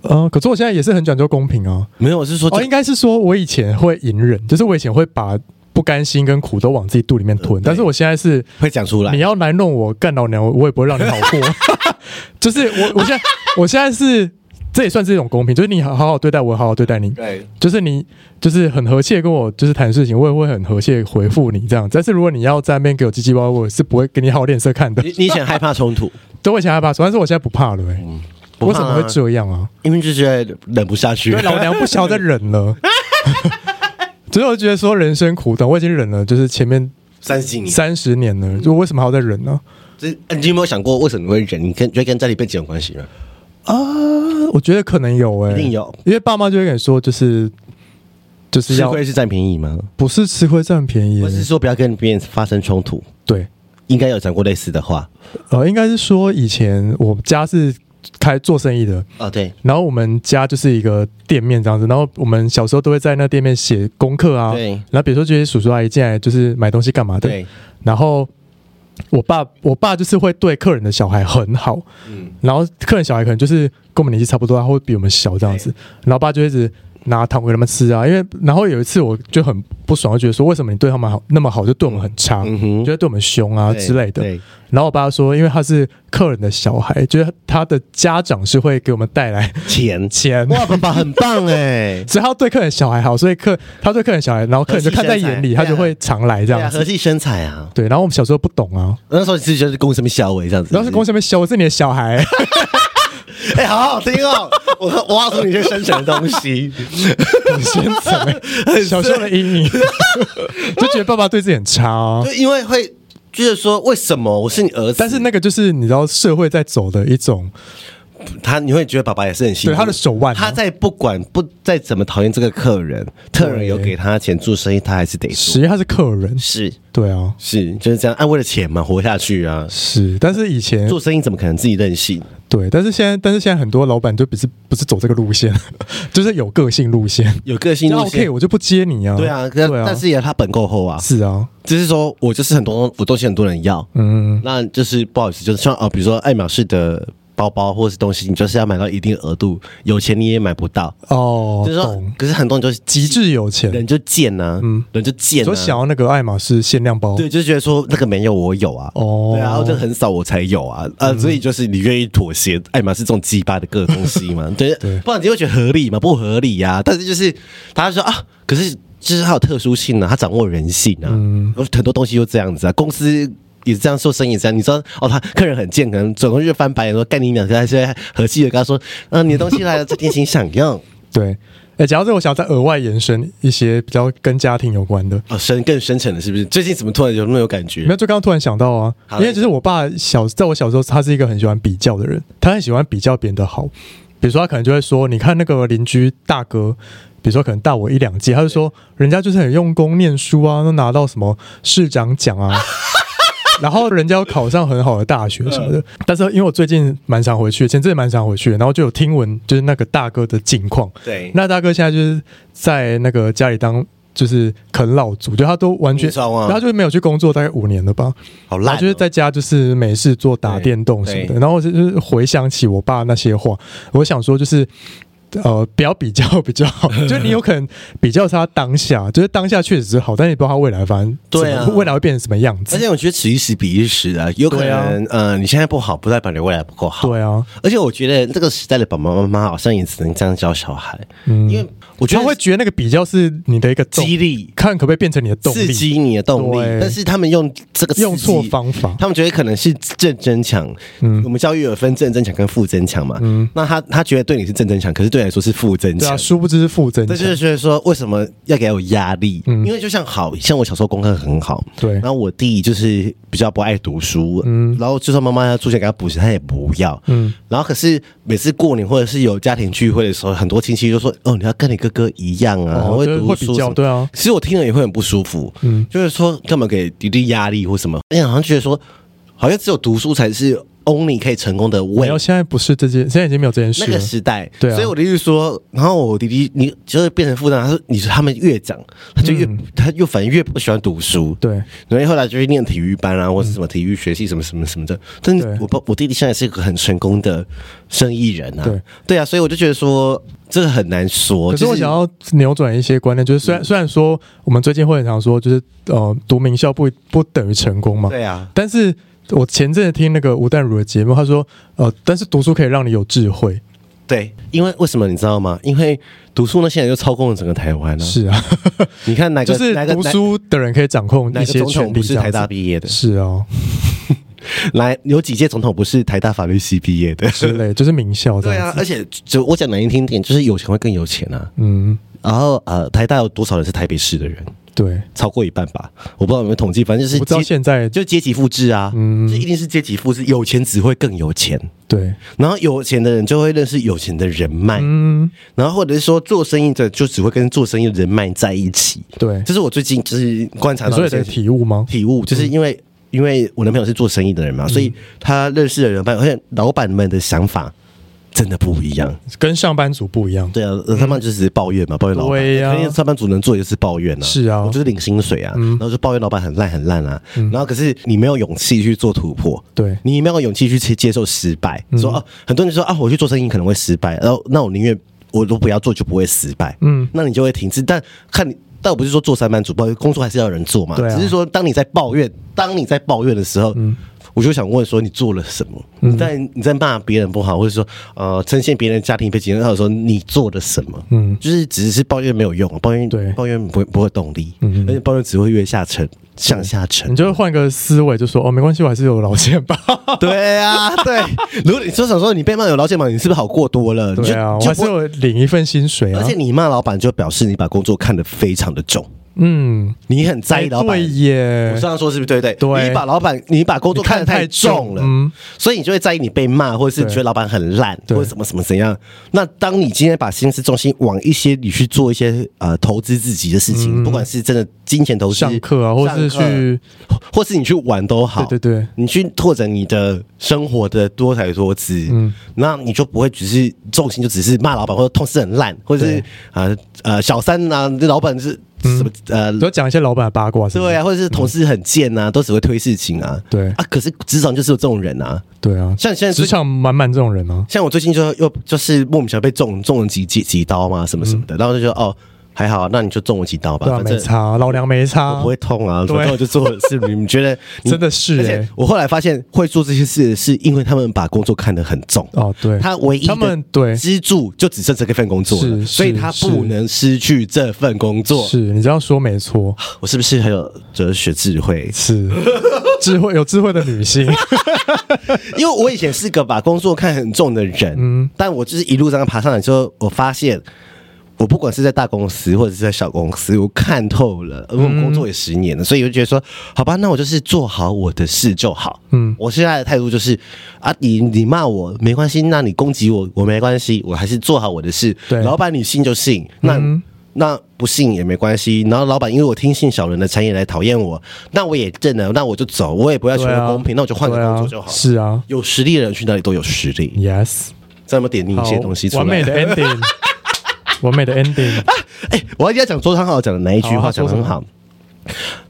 [SPEAKER 1] 嗯、可是我现在也是很讲究公平啊。
[SPEAKER 2] 没有，我是说就、
[SPEAKER 1] 哦，应该是说我以前会隐忍，就是我以前会把不甘心跟苦都往自己肚里面吞，但是我现在是
[SPEAKER 2] 会讲出来
[SPEAKER 1] 你。要来弄我干老娘，我我也不会让你好过。
[SPEAKER 2] [laughs]
[SPEAKER 1] 就是我我现在我现在是这也算是一种公平，就是你好好对待我，好好对待你。
[SPEAKER 2] 对，
[SPEAKER 1] 就是你，就是很和气地跟我就是谈事情，我也会很和气地回复你这样。但是如果你要在那边给我唧唧歪歪，我是不会给你好脸色看的。
[SPEAKER 2] 你你以前害怕冲突，
[SPEAKER 1] 都会以前害怕说，但是我现在不怕了、欸。
[SPEAKER 2] 不
[SPEAKER 1] 我
[SPEAKER 2] 怕
[SPEAKER 1] 怎
[SPEAKER 2] 啊
[SPEAKER 1] 么会这样啊？
[SPEAKER 2] 因为就觉得忍不下去
[SPEAKER 1] 因为。老娘不想要再忍了。 [laughs] 只是我觉得说人生苦短，我已经忍了，就是前面
[SPEAKER 2] 三十年，
[SPEAKER 1] 三十年了，就为什么还要再忍呢？
[SPEAKER 2] 这你有没有想过为什么你会忍？你跟觉得跟家里背景有关系吗？
[SPEAKER 1] 啊，我觉得可能有哎、
[SPEAKER 2] 一定有
[SPEAKER 1] 因为爸妈就会跟你说，就是就是
[SPEAKER 2] 吃
[SPEAKER 1] 要
[SPEAKER 2] 亏是占便宜吗？
[SPEAKER 1] 不是吃亏占便宜
[SPEAKER 2] 我，是说不要跟别人发生冲突，
[SPEAKER 1] 对，
[SPEAKER 2] 应该有讲过类似的话。
[SPEAKER 1] 呃，应该是说以前我家是开做生意的，
[SPEAKER 2] 哦，对，
[SPEAKER 1] 然后我们家就是一个店面这样子，然后我们小时候都会在那店面写功课啊，
[SPEAKER 2] 对
[SPEAKER 1] 然后比如说这些叔叔阿姨进来就是买东西干嘛的，
[SPEAKER 2] 对，
[SPEAKER 1] 然后我爸，我爸就是会对客人的小孩很好，
[SPEAKER 2] 嗯，
[SPEAKER 1] 然后客人小孩可能就是跟我们年纪差不多，他会比我们小这样子，然后爸就一直拿糖给他们吃啊，因为然后有一次我就很不爽，就觉得说为什么你对他们好那么好，就对我们很差，
[SPEAKER 2] 嗯哼
[SPEAKER 1] 就会对我们凶啊
[SPEAKER 2] 对
[SPEAKER 1] 之类的。
[SPEAKER 2] 对
[SPEAKER 1] 然后我爸说，因为他是客人的小孩，就是他的家长是会给我们带来，
[SPEAKER 2] 钱
[SPEAKER 1] 钱。，
[SPEAKER 2] 哇，爸爸很棒哎
[SPEAKER 1] [laughs] 所以他要对客人小孩好，所以客他对客人小孩，然后客人就看在眼里，
[SPEAKER 2] 和
[SPEAKER 1] 他
[SPEAKER 2] 气生财
[SPEAKER 1] 就会常来 [laughs] 这
[SPEAKER 2] 对
[SPEAKER 1] 样
[SPEAKER 2] 啊，
[SPEAKER 1] 子。
[SPEAKER 2] 和气生财啊。
[SPEAKER 1] 对，然后我们小时候不懂啊，
[SPEAKER 2] 那时候你是觉得公什么小伟这样子，
[SPEAKER 1] 然后是公
[SPEAKER 2] 司
[SPEAKER 1] 司那边修，我是你的小孩，
[SPEAKER 2] 哎，好好听
[SPEAKER 1] [laughs]
[SPEAKER 2] 哦，我我告诉你这深层的东西，
[SPEAKER 1] 很深层欸，小时候的
[SPEAKER 2] [laughs]
[SPEAKER 1] 阴影，就觉得爸爸对自己很差哦。
[SPEAKER 2] 就因为会就是说为什么我是你儿子，
[SPEAKER 1] 但是那个就是你知道社会在走的一种，
[SPEAKER 2] 他你会觉得爸爸也是很辛
[SPEAKER 1] 对
[SPEAKER 2] 苦，
[SPEAKER 1] 他的手腕啊
[SPEAKER 2] 他在不管不再怎么讨厌这个客人，客人有给他钱做生意，他还是得做，
[SPEAKER 1] 实际他是客人，
[SPEAKER 2] 是
[SPEAKER 1] 对啊，
[SPEAKER 2] 是就是这样，按为了钱嘛活下去啊，
[SPEAKER 1] 是。但是以前
[SPEAKER 2] 做生意怎么可能自己任性？
[SPEAKER 1] 对，但是现在，但是现在很多老板就不是不是走这个路线， [laughs] 就是有个性路线。
[SPEAKER 2] 有个性
[SPEAKER 1] 那
[SPEAKER 2] 路
[SPEAKER 1] OK，
[SPEAKER 2] 线。
[SPEAKER 1] 我就不接你啊。
[SPEAKER 2] 对啊，
[SPEAKER 1] 对
[SPEAKER 2] 但
[SPEAKER 1] 啊，
[SPEAKER 2] 但是也他本够厚啊，
[SPEAKER 1] 是啊，
[SPEAKER 2] 只是说我就是很多我东西很多人要，
[SPEAKER 1] 嗯，
[SPEAKER 2] 那就是不好意思，就是像哦，比如说爱马仕的包包或是东西，你就是要买到一定额度，有钱你也买不到。
[SPEAKER 1] 哦，
[SPEAKER 2] 就是说
[SPEAKER 1] 懂，，
[SPEAKER 2] 可是很多人就是
[SPEAKER 1] 极致有钱，
[SPEAKER 2] 人啊就贱呐、
[SPEAKER 1] 嗯
[SPEAKER 2] 人就贱、
[SPEAKER 1] 就
[SPEAKER 2] 啊，
[SPEAKER 1] 想要那个爱马仕限量包。
[SPEAKER 2] 对，就是觉得说那个没有我有啊，
[SPEAKER 1] 哦嗯
[SPEAKER 2] 对啊，这很少我才有啊，呃，所以就是你愿意妥协爱马仕这种鸡巴的各个东西
[SPEAKER 1] [laughs]
[SPEAKER 2] 嘛，对，不然你会觉得合理吗？不合理呀、但是就是他就说啊，可是就是他有特殊性啊，他掌握人性啊，
[SPEAKER 1] 嗯
[SPEAKER 2] 很多东西就这样子啊，公司。也是这样做生意，这样你说哦，他客人很贱，可能总共就翻白眼说干你娘，可是他现在和气的跟他说，嗯、你的东西来了，这天请享用。
[SPEAKER 1] 对，哎，讲到这个，我想再额外延伸一些比较跟家庭有关的。
[SPEAKER 2] 哦，深更深沉了，是不是？最近怎么突然有那么有感觉？
[SPEAKER 1] 没有，就刚刚突然想到啊，
[SPEAKER 2] 好
[SPEAKER 1] 因为就是我爸小，在我小时候，他是一个很喜欢比较的人，他很喜欢比较别人的好。比如说，他可能就会说，你看那个邻居大哥，比如说可能大我一两届，他就说人家就是很用功念书啊，都拿到什么市长奖啊。然后人家要考上很好的大学什么的。但是因为我最近蛮常回去，前阵子蛮常回去的，然后就有听闻就是那个大哥的近况。
[SPEAKER 2] 对
[SPEAKER 1] 那大哥现在就是在那个家里当就是啃老族，就他都完全，
[SPEAKER 2] 你知道吗
[SPEAKER 1] 然后就没有去工作，大概五年了吧。
[SPEAKER 2] 好
[SPEAKER 1] 然
[SPEAKER 2] 烂、
[SPEAKER 1] 后
[SPEAKER 2] 哦，
[SPEAKER 1] 就是在家就是没事做打
[SPEAKER 2] 对
[SPEAKER 1] 电动什么
[SPEAKER 2] 对
[SPEAKER 1] 的，然后就是回想起我爸那些话，我想说就是。呃，不要比较比较
[SPEAKER 2] [laughs]
[SPEAKER 1] 好，就是你有可能比较他当下，就是当下确实是好，但你不知道他未来反正
[SPEAKER 2] 对啊
[SPEAKER 1] 怎么未来会变成什么样
[SPEAKER 2] 而
[SPEAKER 1] 子。
[SPEAKER 2] 且我觉得此一时彼一时啊，有可能，呃，你现在不好，不代表你未来不够好。
[SPEAKER 1] 对啊，
[SPEAKER 2] 而且我觉得这个时代的爸爸妈妈好像也只能这样教小孩，因为我
[SPEAKER 1] 嗯
[SPEAKER 2] 觉
[SPEAKER 1] 他
[SPEAKER 2] 得
[SPEAKER 1] 会觉得那个比较是你的一个动
[SPEAKER 2] 激励、
[SPEAKER 1] 看可不可以变成你的动
[SPEAKER 2] 刺
[SPEAKER 1] 力，
[SPEAKER 2] 激你的动力
[SPEAKER 1] 对，
[SPEAKER 2] 但是他们用这个刺激
[SPEAKER 1] 用错方法。嗯
[SPEAKER 2] 他们觉得可能是正增强，我们教育有分正增强跟负增强嘛，那他他觉得对你是正增强，可是对你来说是负增
[SPEAKER 1] 对啊，
[SPEAKER 2] 强，
[SPEAKER 1] 殊不知是负增
[SPEAKER 2] 这
[SPEAKER 1] 强嗯
[SPEAKER 2] 就。是觉得说，为什么要给我压力？因为就像好像我小时候功课很好，
[SPEAKER 1] 对嗯
[SPEAKER 2] 然后我弟就是比较不爱读书，然后就算妈妈要出钱给他补习，他也不要，嗯，然后可是每次过年或者是有家庭聚会的时候，很多亲戚就说，哦，你要跟你哥哥一样啊，
[SPEAKER 1] 哦
[SPEAKER 2] 很会
[SPEAKER 1] 就是
[SPEAKER 2] 读
[SPEAKER 1] 会比
[SPEAKER 2] 书
[SPEAKER 1] 较
[SPEAKER 2] 什么
[SPEAKER 1] 对啊
[SPEAKER 2] 其实我听了也会很不舒服，
[SPEAKER 1] 嗯
[SPEAKER 2] 就是说干嘛给弟弟压力或什么，哎呀，好像觉得说，好像只有读书才是 only 可以成功的
[SPEAKER 1] 没
[SPEAKER 2] way
[SPEAKER 1] 有，。哎现在不是这件，现在已经没有这件事
[SPEAKER 2] 那个
[SPEAKER 1] 了。
[SPEAKER 2] 时代，
[SPEAKER 1] 对啊
[SPEAKER 2] 所以我的意思是说，然后我弟弟你就是变成负担，他说你说他们越长，他就越、
[SPEAKER 1] 嗯
[SPEAKER 2] 他又反正越不喜欢读书，
[SPEAKER 1] 对，
[SPEAKER 2] 然后后来就去念体育班啊，或是什么体育学系什么什么什么的。但是
[SPEAKER 1] 对
[SPEAKER 2] 我爸我弟弟现在是一个很成功的生意人啊，
[SPEAKER 1] 对
[SPEAKER 2] 啊，所以我就觉得说这个很难说。
[SPEAKER 1] 可是我
[SPEAKER 2] 就嗯
[SPEAKER 1] 想要扭转一些观念，就是虽然虽然说我们最近会很常说，就是呃，读名校不不等于成功嘛，
[SPEAKER 2] 对啊，
[SPEAKER 1] 但是我前阵子听那个吴淡如的节目，他说，呃，但是读书可以让你有智慧，
[SPEAKER 2] 对，因为为什么你知道吗？因为读书呢，现在就操控了整个台湾了、
[SPEAKER 1] 是啊，
[SPEAKER 2] 你看嗯哪个
[SPEAKER 1] 就是
[SPEAKER 2] 哪个
[SPEAKER 1] 读
[SPEAKER 2] 哪
[SPEAKER 1] 书的人可以掌控
[SPEAKER 2] 哪
[SPEAKER 1] 一
[SPEAKER 2] 个
[SPEAKER 1] 些
[SPEAKER 2] 总
[SPEAKER 1] 权
[SPEAKER 2] 统
[SPEAKER 1] 利，
[SPEAKER 2] 不是台大毕业的
[SPEAKER 1] 这样子，是啊，
[SPEAKER 2] [laughs] 来有几届总统不是台大法律系毕业
[SPEAKER 1] [laughs]
[SPEAKER 2] 的？
[SPEAKER 1] 之类，就是名校这
[SPEAKER 2] 对
[SPEAKER 1] 样
[SPEAKER 2] 啊
[SPEAKER 1] 子，，
[SPEAKER 2] 而且就我讲难听点，就是有钱会更有钱啊。
[SPEAKER 1] 嗯，
[SPEAKER 2] 然后呃，台大有多少人是台北市的人？
[SPEAKER 1] 对，
[SPEAKER 2] 超过一半吧，我不知道有没有统计，反正就是
[SPEAKER 1] 我不知道
[SPEAKER 2] 阶
[SPEAKER 1] 现在
[SPEAKER 2] 就阶级复制啊，
[SPEAKER 1] 嗯
[SPEAKER 2] 这一定是阶级复制，有钱只会更有钱，
[SPEAKER 1] 对，
[SPEAKER 2] 然后有钱的人就会认识有钱的人脉，
[SPEAKER 1] 嗯，
[SPEAKER 2] 然后或者是说做生意的就只会跟做生意的人脉在一起，
[SPEAKER 1] 对，
[SPEAKER 2] 这是我最近就是观察
[SPEAKER 1] 你
[SPEAKER 2] 到
[SPEAKER 1] 说
[SPEAKER 2] 的
[SPEAKER 1] 有这个
[SPEAKER 2] 现象
[SPEAKER 1] 体悟嗯吗？
[SPEAKER 2] 体悟，就是因为、因为我男朋友是做生意的人嘛，所以他认识的人脉，而且老板们的想法真的不一样。
[SPEAKER 1] 跟上班族不一样，
[SPEAKER 2] 对啊，他们就只是抱怨嘛，抱怨老板。
[SPEAKER 1] 嗯对啊
[SPEAKER 2] 因为上班族能做的就是抱怨啊。
[SPEAKER 1] 是啊嗯
[SPEAKER 2] 我就是领薪水啊，然后就抱怨老板很烂很烂啊。然后可是你没有勇气去做突破，
[SPEAKER 1] 对嗯
[SPEAKER 2] 你没有勇气去接接受失败。说啊，很多人说啊，我去做生意可能会失败，然后那我宁愿我都不要做，就不会失败。
[SPEAKER 1] 嗯，
[SPEAKER 2] 那你就会停滞。但看你，但我不是说做三班族，不工作还是要有人做嘛。
[SPEAKER 1] 对啊嗯
[SPEAKER 2] 只是说当你在抱怨，当你在抱怨的时候，我就想问说你做了什么？你在你在骂别人不好，或者说呃呈现别人家庭背景很好的时候，你做了什么？嗯，就是只是抱怨没有用，抱怨
[SPEAKER 1] 对
[SPEAKER 2] 抱怨不会不会有动力，嗯，而且抱怨只会越下沉，向下沉
[SPEAKER 1] 你。就换个思维，就说哦，没关系，我还是有老线吧。
[SPEAKER 2] 对啊，对。如果你说想说你被骂有劳健保，你是不是好过多了？ [laughs] 你
[SPEAKER 1] 对
[SPEAKER 2] 就
[SPEAKER 1] 啊，我
[SPEAKER 2] 就
[SPEAKER 1] 还是
[SPEAKER 2] 不会
[SPEAKER 1] 有领一份薪水啊
[SPEAKER 2] 而。且你骂老板，就表示你把工作看得非常的重，
[SPEAKER 1] 嗯，
[SPEAKER 2] 你很在
[SPEAKER 1] 哎
[SPEAKER 2] 意老板
[SPEAKER 1] 对。耶
[SPEAKER 2] 我，这样说是不是对对？
[SPEAKER 1] 对
[SPEAKER 2] 你把老板，你把工作看得太重
[SPEAKER 1] 你看太重
[SPEAKER 2] 了，
[SPEAKER 1] 嗯
[SPEAKER 2] 所以你就会在意你被骂，或者是
[SPEAKER 1] 对
[SPEAKER 2] 觉得老板很烂，
[SPEAKER 1] 对
[SPEAKER 2] 或者什么什么怎样。那当你今天把心思重心往一些你去做一些呃投资自己的事情，不管是真的金钱投
[SPEAKER 1] 嗯
[SPEAKER 2] 资、
[SPEAKER 1] 上课啊，或是
[SPEAKER 2] 上课
[SPEAKER 1] 去，
[SPEAKER 2] 或是你去玩都好，
[SPEAKER 1] 对对对
[SPEAKER 2] 你去拓展你的生活的多才多姿，
[SPEAKER 1] 嗯
[SPEAKER 2] 嗯，那你就不会只是重心就只是骂老板或者同事很烂，或者是
[SPEAKER 1] 对
[SPEAKER 2] 啊呃小三啊，这老板是什么、
[SPEAKER 1] 嗯
[SPEAKER 2] 呃
[SPEAKER 1] 都讲一些老板的八卦，
[SPEAKER 2] 对
[SPEAKER 1] 啊，
[SPEAKER 2] 啊，或者是同事很贱啊，都只会推事情啊。
[SPEAKER 1] 对
[SPEAKER 2] 啊，可是职场就是有这种人啊。
[SPEAKER 1] 对啊，
[SPEAKER 2] 像现在
[SPEAKER 1] 职
[SPEAKER 2] 最
[SPEAKER 1] 场满满这种人啊，
[SPEAKER 2] 像我最近就又就是莫名其妙被中中了几几几刀嘛，什么什么的，然后就觉得哦还好啊，那你就中我几刀
[SPEAKER 1] 嗯
[SPEAKER 2] 吧，
[SPEAKER 1] 对啊，
[SPEAKER 2] 反
[SPEAKER 1] 没
[SPEAKER 2] 正
[SPEAKER 1] 差，老娘没
[SPEAKER 2] 我
[SPEAKER 1] 差，
[SPEAKER 2] 不会痛啊，
[SPEAKER 1] 对
[SPEAKER 2] 反正我就做了事。你们
[SPEAKER 1] [laughs]
[SPEAKER 2] 觉得你
[SPEAKER 1] 真的是
[SPEAKER 2] 而
[SPEAKER 1] 欸
[SPEAKER 2] 且我后来发现会做这些事，是因为他们把工作看得很重。
[SPEAKER 1] 哦，对，
[SPEAKER 2] 他唯一
[SPEAKER 1] 他们
[SPEAKER 2] 的
[SPEAKER 1] 对
[SPEAKER 2] 支柱就只剩这份工作
[SPEAKER 1] 是
[SPEAKER 2] 了，所以
[SPEAKER 1] 是
[SPEAKER 2] 他
[SPEAKER 1] 是
[SPEAKER 2] 不能失去这份工作。
[SPEAKER 1] 是你这样说没
[SPEAKER 2] [laughs]
[SPEAKER 1] 错，
[SPEAKER 2] 我是不是很有哲学智慧？
[SPEAKER 1] 是智慧有智慧的女性，
[SPEAKER 2] [laughs] 因为我以前是个把工作看很重的人，
[SPEAKER 1] 嗯
[SPEAKER 2] 但我就是一路这样爬上来之后，我发现我不管是在大公司或者是在小公司，我看透了，
[SPEAKER 1] 嗯
[SPEAKER 2] 因为我工作也十年了，所以我就觉得说，好吧，那我就是做好我的事就好。
[SPEAKER 1] 嗯
[SPEAKER 2] 嗯，我现在的态度就是啊，你你骂我没关系，那你攻击我我没关系，我还是做好我的事。
[SPEAKER 1] 对嗯
[SPEAKER 2] 老板你信就信，那。那不信也没关系。然后老板因为我听信小人的谗言来讨厌我，那我也认了，那我就走，我也不要求
[SPEAKER 1] 对啊
[SPEAKER 2] 公平，那我就 [laughs] 换个
[SPEAKER 1] 对啊
[SPEAKER 2] 工作就好了。
[SPEAKER 1] 是啊
[SPEAKER 2] 有实力的人去哪里都有实力。
[SPEAKER 1] ，yes，
[SPEAKER 2] 再么点你一些东西出来。
[SPEAKER 1] 完美的
[SPEAKER 2] [laughs]
[SPEAKER 1] ending，完美的 ending，
[SPEAKER 2] 哎、我要要讲周汤豪讲的哪一句
[SPEAKER 1] 好
[SPEAKER 2] 话
[SPEAKER 1] 他
[SPEAKER 2] 讲
[SPEAKER 1] 说
[SPEAKER 2] 的很好？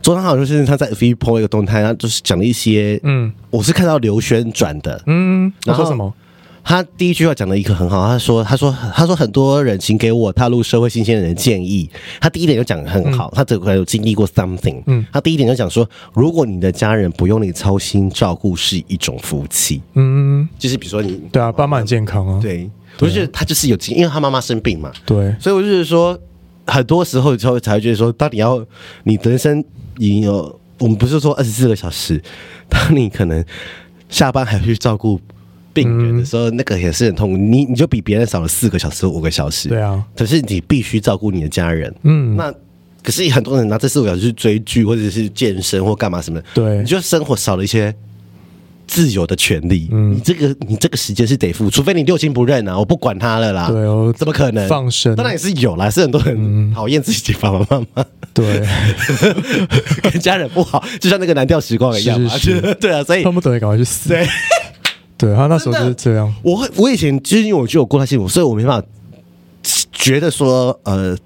[SPEAKER 2] 周汤豪就是他在 V p o 一个动态，他就是讲了一些，
[SPEAKER 1] 嗯
[SPEAKER 2] 我是看到刘轩转的，
[SPEAKER 1] 嗯，他
[SPEAKER 2] 然后
[SPEAKER 1] 说什么？
[SPEAKER 2] 他第一句话讲的一个很好，他说他说他说很多人请给我踏入社会新鲜人的建议，他第一点就讲得很好，他这个有经历过 something，
[SPEAKER 1] 嗯
[SPEAKER 2] 他第一点就讲说，如果你的家人不用你操心照顾是一种福气，
[SPEAKER 1] 嗯，
[SPEAKER 2] 就是比如说你
[SPEAKER 1] 对啊，爸妈很健康啊，
[SPEAKER 2] 对，我就觉得他哦就是有经，因为他妈妈生病嘛，
[SPEAKER 1] 对，
[SPEAKER 2] 所以我就是说，很多时候之后才会觉得说，到底要你人生已经有，我们不是说二十四个小时， [laughs] 当你可能下班还去照顾病人的时候，那个也是很痛苦。你你就比别人少了四个小时、五个小时，
[SPEAKER 1] 对啊。
[SPEAKER 2] 可是你必须照顾你的家人，
[SPEAKER 1] 嗯
[SPEAKER 2] 那。可是很多人拿这四五个小时去追剧，或者是健身或干嘛什么的，
[SPEAKER 1] 对
[SPEAKER 2] 你就生活少了一些自由的权利。
[SPEAKER 1] 嗯
[SPEAKER 2] 你这个你这个时间是得付，除非你六亲不认啊，我不管他了啦。
[SPEAKER 1] 对哦
[SPEAKER 2] 怎么可能
[SPEAKER 1] 放生嗯
[SPEAKER 2] 当然也是有啦，是很多人讨厌自己爸爸妈妈，
[SPEAKER 1] 对，
[SPEAKER 2] [laughs] 跟家人不好，就像那个蓝调时光一样嘛。
[SPEAKER 1] 是是
[SPEAKER 2] [laughs] 对啊，所以
[SPEAKER 1] 恨不得赶快去死。
[SPEAKER 2] 对，
[SPEAKER 1] [laughs] 对，他那时候就是这样。
[SPEAKER 2] 我会我以前就是因为我就有过那些，所以我没办法觉得说呃，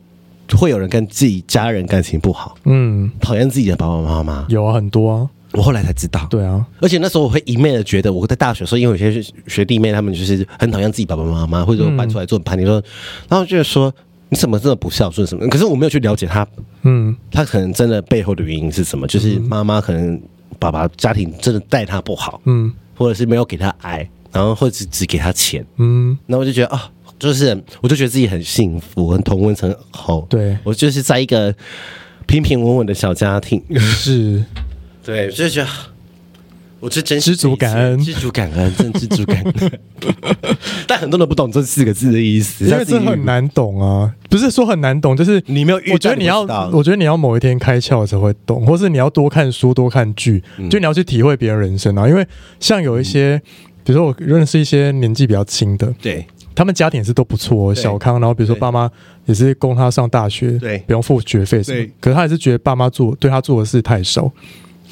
[SPEAKER 2] 会有人跟自己家人感情不好，
[SPEAKER 1] 嗯，
[SPEAKER 2] 讨厌自己的爸爸妈妈。
[SPEAKER 1] 有啊，很多啊，
[SPEAKER 2] 我后来才知道，
[SPEAKER 1] 对啊，
[SPEAKER 2] 而且那时候我会一昧的觉得，我在大学的时候，因为有些学学弟妹他们就是很讨厌自己爸爸妈妈，或者说搬出来做盘你说，然后就是说你怎么真的不孝顺什么？可是我没有去了解他，
[SPEAKER 1] 嗯，
[SPEAKER 2] 他可能真的背后的原因是什么？就是妈妈可能爸爸家庭真的待他不好，
[SPEAKER 1] 嗯，
[SPEAKER 2] 或者是没有给他爱，然后或者只只给他钱，
[SPEAKER 1] 嗯，
[SPEAKER 2] 那我就觉得啊、就是我就觉得自己很幸福，很同温层好，
[SPEAKER 1] 对
[SPEAKER 2] 我就是在一个平平稳稳的小家庭，
[SPEAKER 1] 是，
[SPEAKER 2] 对，就觉得我是真
[SPEAKER 1] 知足感恩
[SPEAKER 2] 知足感
[SPEAKER 1] [laughs]
[SPEAKER 2] 恩，真知足感恩。 [laughs] 但很多人不懂这四个字的意思，
[SPEAKER 1] [laughs] 因为
[SPEAKER 2] 像是
[SPEAKER 1] 这很。难懂啊，不是说很难懂，就是
[SPEAKER 2] 你没有遇到
[SPEAKER 1] 我觉得
[SPEAKER 2] 你
[SPEAKER 1] 你
[SPEAKER 2] 不
[SPEAKER 1] 要
[SPEAKER 2] 知道，
[SPEAKER 1] 我觉得你要某一天开窍才会懂，或是你要多看书、多看剧，
[SPEAKER 2] 嗯
[SPEAKER 1] 就你要去体会别人人生啊。因为像有一些，
[SPEAKER 2] 嗯
[SPEAKER 1] 比如说我认识一些年纪比较轻的，
[SPEAKER 2] 对，
[SPEAKER 1] 他们家庭也是都不错哦，
[SPEAKER 2] 对
[SPEAKER 1] 小康。然后比如说
[SPEAKER 2] 对
[SPEAKER 1] 爸妈也是供他上大学，
[SPEAKER 2] 对
[SPEAKER 1] 不用付学费什
[SPEAKER 2] 对
[SPEAKER 1] 么。可是他也是觉得爸妈做对他做的事太少，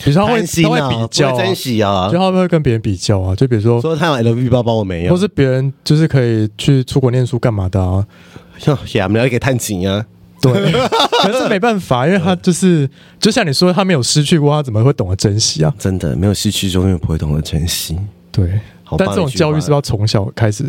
[SPEAKER 1] 比如说他会
[SPEAKER 2] 贪心
[SPEAKER 1] 他
[SPEAKER 2] 啊，
[SPEAKER 1] 会比
[SPEAKER 2] 不
[SPEAKER 1] 较
[SPEAKER 2] 会
[SPEAKER 1] 啊，
[SPEAKER 2] 珍惜啊
[SPEAKER 1] 就，他会跟别人比较啊，就比如说。
[SPEAKER 2] 说他买了 V 包包我没有，
[SPEAKER 1] 或是别人就是可以去出国念书干嘛的啊？
[SPEAKER 2] 哟，呀，没有给探亲啊，
[SPEAKER 1] 对，
[SPEAKER 2] [laughs]
[SPEAKER 1] 可是没办法，因为他就是就像你说，他没有失去过，他怎么会懂得珍惜啊？
[SPEAKER 2] 真的没有失去，永远不会懂得珍惜，
[SPEAKER 1] 对，
[SPEAKER 2] 好棒
[SPEAKER 1] 但这种教育是不是要从小开始，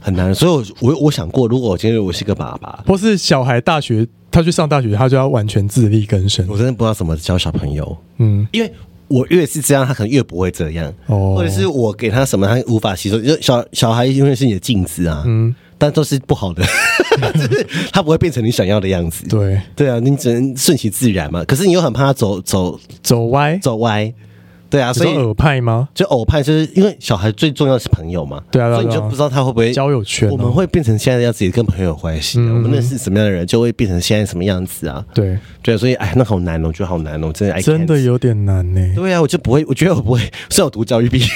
[SPEAKER 2] 很难。所以我，我我想过，如果我今天我是个爸爸，
[SPEAKER 1] 或是小孩大学他去上大学，他就要完全自力更生
[SPEAKER 2] 我。真的不知道怎么教小朋友，
[SPEAKER 1] 嗯，
[SPEAKER 2] 因为我越是这样，他可能越不会这样，
[SPEAKER 1] 哦
[SPEAKER 2] 或者是我给他什么，他无法吸收。因为小小孩永远是你的镜子啊，嗯，但都是不好的， [laughs] 就是他不会变成你想要的样子。
[SPEAKER 1] 对，
[SPEAKER 2] 对啊，你只能顺其自然嘛。可是你又很怕他走走
[SPEAKER 1] 走歪，
[SPEAKER 2] 走歪，对啊，
[SPEAKER 1] 你
[SPEAKER 2] 所以
[SPEAKER 1] 说耳派吗？
[SPEAKER 2] 就偶派，就是因为小孩最重要的是朋友嘛，
[SPEAKER 1] 对啊对啊
[SPEAKER 2] 所以你就
[SPEAKER 1] 对啊
[SPEAKER 2] 不知道他会不会
[SPEAKER 1] 交友圈啊嗯
[SPEAKER 2] 我们会变成现在的样子，也跟朋友有关系啊、我们认识什么样的人，就会变成现在什么样子啊。
[SPEAKER 1] 对，
[SPEAKER 2] 对啊，所以哎，那好难哦，我觉得好难哦，真的 I can't
[SPEAKER 1] 真的有点难呢、
[SPEAKER 2] 对啊，我就不会，我觉得我不会，虽然我读教育毕业，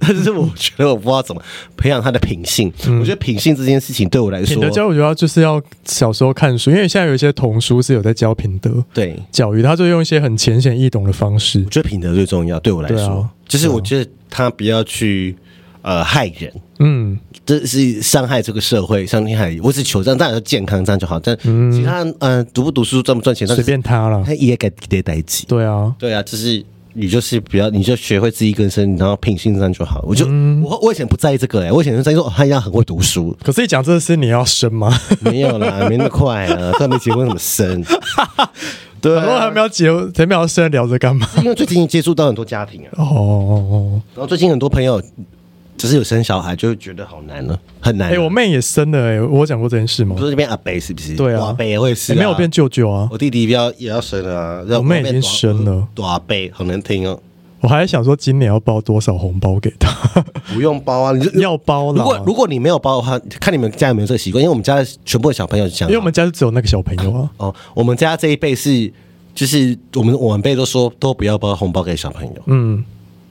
[SPEAKER 2] 但是我觉得我不知道怎么培养他的品性。我觉得品性这件事情对我来
[SPEAKER 1] 嗯品
[SPEAKER 2] 说
[SPEAKER 1] 德，教育我觉得就是要小时候看书，因为现在有一些童书是有在教品德
[SPEAKER 2] 对，
[SPEAKER 1] 教育，他就用一些很浅显易懂的方式
[SPEAKER 2] 我。觉得品德最重要。对我来
[SPEAKER 1] 对啊
[SPEAKER 2] 说，就是我觉得他不要去呃害人，
[SPEAKER 1] 嗯，
[SPEAKER 2] 这是伤害这个社会，伤害我只求这样，当然健康这样就好。但其他呃，读不读书赚不赚钱，
[SPEAKER 1] 嗯随便他啦
[SPEAKER 2] 但。是他也该得代际。
[SPEAKER 1] 对啊，
[SPEAKER 2] 对啊，就是你就是不要，你就学会自力更生，然后品性上就好。我就、
[SPEAKER 1] 嗯
[SPEAKER 2] 我我以前不在意这个哎、我以前就在意说、哦、他一样很会
[SPEAKER 1] [laughs]
[SPEAKER 2] 读书，
[SPEAKER 1] 可是你讲这个事，你要生吗？
[SPEAKER 2] 没有啦，没那么快啊，他没结婚怎么
[SPEAKER 1] [laughs]
[SPEAKER 2] 生？ [laughs] 对
[SPEAKER 1] 很多人还
[SPEAKER 2] 啊、
[SPEAKER 1] 没有结婚，还没有生，聊着干
[SPEAKER 2] [laughs]
[SPEAKER 1] 嘛？
[SPEAKER 2] 因为最近接触到很多家庭啊，
[SPEAKER 1] 哦哦哦，
[SPEAKER 2] 然后最近很多朋友只是有生小孩，就会觉得好难了、很难、啊。
[SPEAKER 1] 哎、我妹也生了、哎，我有讲过这件事吗
[SPEAKER 2] 不？是这边阿北是不是？
[SPEAKER 1] 对啊
[SPEAKER 2] 我阿北也会是、
[SPEAKER 1] 也
[SPEAKER 2] 啊，
[SPEAKER 1] 没有变舅舅啊，
[SPEAKER 2] 我弟弟要也要生了啊，我
[SPEAKER 1] 我妹已经生了，
[SPEAKER 2] 大背好难听哦，
[SPEAKER 1] 我还想说今年要包多少红包给
[SPEAKER 2] [laughs]
[SPEAKER 1] 他，
[SPEAKER 2] 不用包啊，你
[SPEAKER 1] [laughs]
[SPEAKER 2] 就
[SPEAKER 1] 要包
[SPEAKER 2] 如
[SPEAKER 1] 啦。
[SPEAKER 2] 果如果你没有包的话，看你们家有没有这个习惯，因为我们家全部的小朋友讲，
[SPEAKER 1] 因为我们家就只有那个小朋友啊，
[SPEAKER 2] 哦，我们家这一辈是就是我们晚辈都说都不要包红包给小朋友，
[SPEAKER 1] 嗯，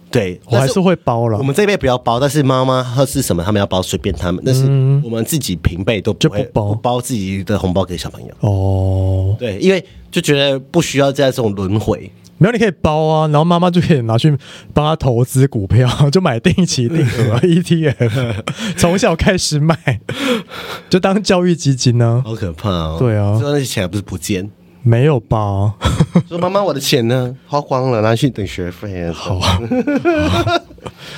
[SPEAKER 2] 对，
[SPEAKER 1] 我还
[SPEAKER 2] 但
[SPEAKER 1] 是会啊包了
[SPEAKER 2] 我，们这一辈不要包，但是妈妈或是什么他们要包，随便他们。但是我们自己平辈都不
[SPEAKER 1] 嗯
[SPEAKER 2] 会
[SPEAKER 1] 就不包
[SPEAKER 2] 包自己的红包给小朋友。
[SPEAKER 1] 哦，
[SPEAKER 2] 对，因为就觉得不需要再这种轮回。
[SPEAKER 1] 没有你可以包啊，然后妈妈就可以拿去帮他投资股票， [laughs] 就买定期定额 ETF，从小开始买，就当教育基金呢、
[SPEAKER 2] 好可怕哦！
[SPEAKER 1] 对啊
[SPEAKER 2] 说那些钱还不是不见？
[SPEAKER 1] 没有吧？
[SPEAKER 2] 说妈妈，我的钱呢？ [laughs] 花光了，拿去等学费啊。好， [laughs]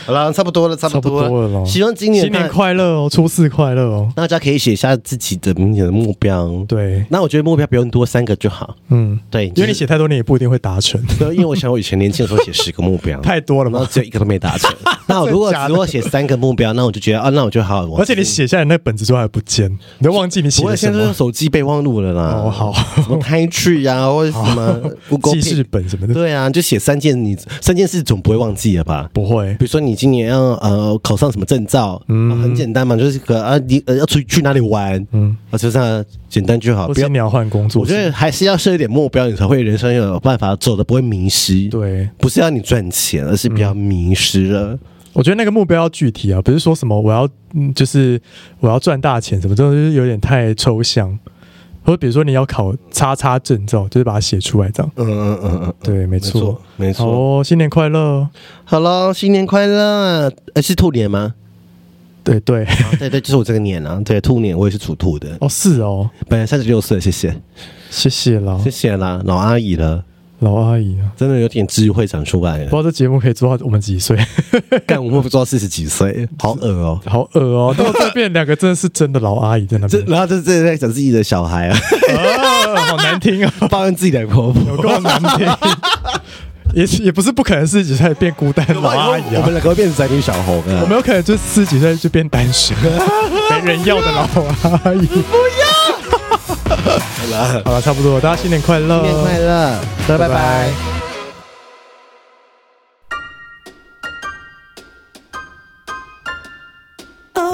[SPEAKER 2] 好啦，差不多了，差不
[SPEAKER 1] 差不
[SPEAKER 2] 多
[SPEAKER 1] 多了咯
[SPEAKER 2] 希望今年
[SPEAKER 1] 新年
[SPEAKER 2] 大
[SPEAKER 1] 快乐哦，初四快乐哦。
[SPEAKER 2] 大家可以写下自己的明年的目标。，
[SPEAKER 1] 对，
[SPEAKER 2] 那我觉得目标不用多，三个就好。
[SPEAKER 1] 嗯，
[SPEAKER 2] 对，
[SPEAKER 1] 因为你
[SPEAKER 2] 就是
[SPEAKER 1] 写太多，你也不一定会达成，
[SPEAKER 2] 对，因为我想我以前年轻的时候写十个目标，
[SPEAKER 1] 太多了
[SPEAKER 2] [laughs] 然后
[SPEAKER 1] 嘛。
[SPEAKER 2] 只有一个都没 [laughs] 达成。那我如果
[SPEAKER 1] 真的假的
[SPEAKER 2] 只我写三个目标，那我就觉得啊，那我就好好往。
[SPEAKER 1] 而且你写下来那本子之后还不见，你都忘记你写
[SPEAKER 2] 我
[SPEAKER 1] 了
[SPEAKER 2] 也
[SPEAKER 1] 什
[SPEAKER 2] 现在都用
[SPEAKER 1] 么
[SPEAKER 2] 手机备忘录了啦。
[SPEAKER 1] 哦好
[SPEAKER 2] 什么拍去呀，啊或者什 [laughs] 么 Google
[SPEAKER 1] 记事
[SPEAKER 2] Pic
[SPEAKER 1] 本什么的，
[SPEAKER 2] 对啊，就写三件你三件事总不会忘记了吧？
[SPEAKER 1] 不会
[SPEAKER 2] 比如说你今年要呃考上什么证照，啊很简单嘛，就是个啊你呃要出去去哪里玩，嗯，啊就这样简单就好，
[SPEAKER 1] 或
[SPEAKER 2] 不
[SPEAKER 1] 是
[SPEAKER 2] 要。
[SPEAKER 1] 你要换工作
[SPEAKER 2] 我觉
[SPEAKER 1] 是，
[SPEAKER 2] 得还是要设一点目标，你才会人生有办法走的不会迷失。，
[SPEAKER 1] 对，
[SPEAKER 2] 不是要你赚钱，而是不要迷失了。
[SPEAKER 1] 我觉得那个目标要具体啊，不是说什么我要嗯就是我要赚大钱什么，这种就是有点太抽象。或者比如说你要考叉叉证照，就是把它写出来这样。
[SPEAKER 2] 嗯嗯嗯嗯，
[SPEAKER 1] 对，没错，
[SPEAKER 2] 没错
[SPEAKER 1] 好哦，新年快乐！
[SPEAKER 2] 好喽，新年快乐！呃，是兔年吗？ [laughs]
[SPEAKER 1] 对对， [laughs]
[SPEAKER 2] 啊对对，就是我这个年啊，对，兔年我也是属兔的，
[SPEAKER 1] 哦是哦，
[SPEAKER 2] 本来三十六岁，谢谢，
[SPEAKER 1] 谢谢啦，
[SPEAKER 2] 谢谢啦，老阿姨了，
[SPEAKER 1] 老阿姨啊，
[SPEAKER 2] 真的有点智慧长出来
[SPEAKER 1] 不知
[SPEAKER 2] 了。
[SPEAKER 1] 道这节目可以做到我们几岁， [laughs]
[SPEAKER 2] 干，我们不知道四十几岁，好恶哦、
[SPEAKER 1] 好恶哦！到这边两个真的是真的老阿姨在那
[SPEAKER 2] 这
[SPEAKER 1] 边，
[SPEAKER 2] 然后这这在讲自己的小孩啊， [laughs]
[SPEAKER 1] 啊 [laughs] 好难听啊，
[SPEAKER 2] 抱怨自己的婆
[SPEAKER 1] 有
[SPEAKER 2] 婆。
[SPEAKER 1] 够难听。也是也不是不可能，四十几岁变孤单 [laughs] 的老阿姨
[SPEAKER 2] 我
[SPEAKER 1] 啊
[SPEAKER 2] 们，两个会变成宅女小红
[SPEAKER 1] 我
[SPEAKER 2] 啊！
[SPEAKER 1] 们有可能就四十几岁就变单身，没人要的老阿姨。
[SPEAKER 2] 好
[SPEAKER 1] [laughs]
[SPEAKER 2] 了，
[SPEAKER 1] 好了，差不多，大家新年快乐，
[SPEAKER 2] 新年快乐，拜拜拜。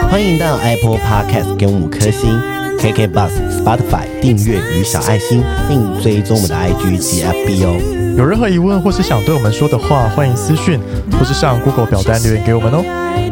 [SPEAKER 2] 欢迎到 Apple Podcast 给我们五颗星，KK Bus、Spotify 订阅与小爱心，并追踪我们的 IG 及 FB 哦。
[SPEAKER 1] 有任何疑问或是想对我们说的话，欢迎私讯或是上 Google 表单留言给我们哦。
[SPEAKER 3] I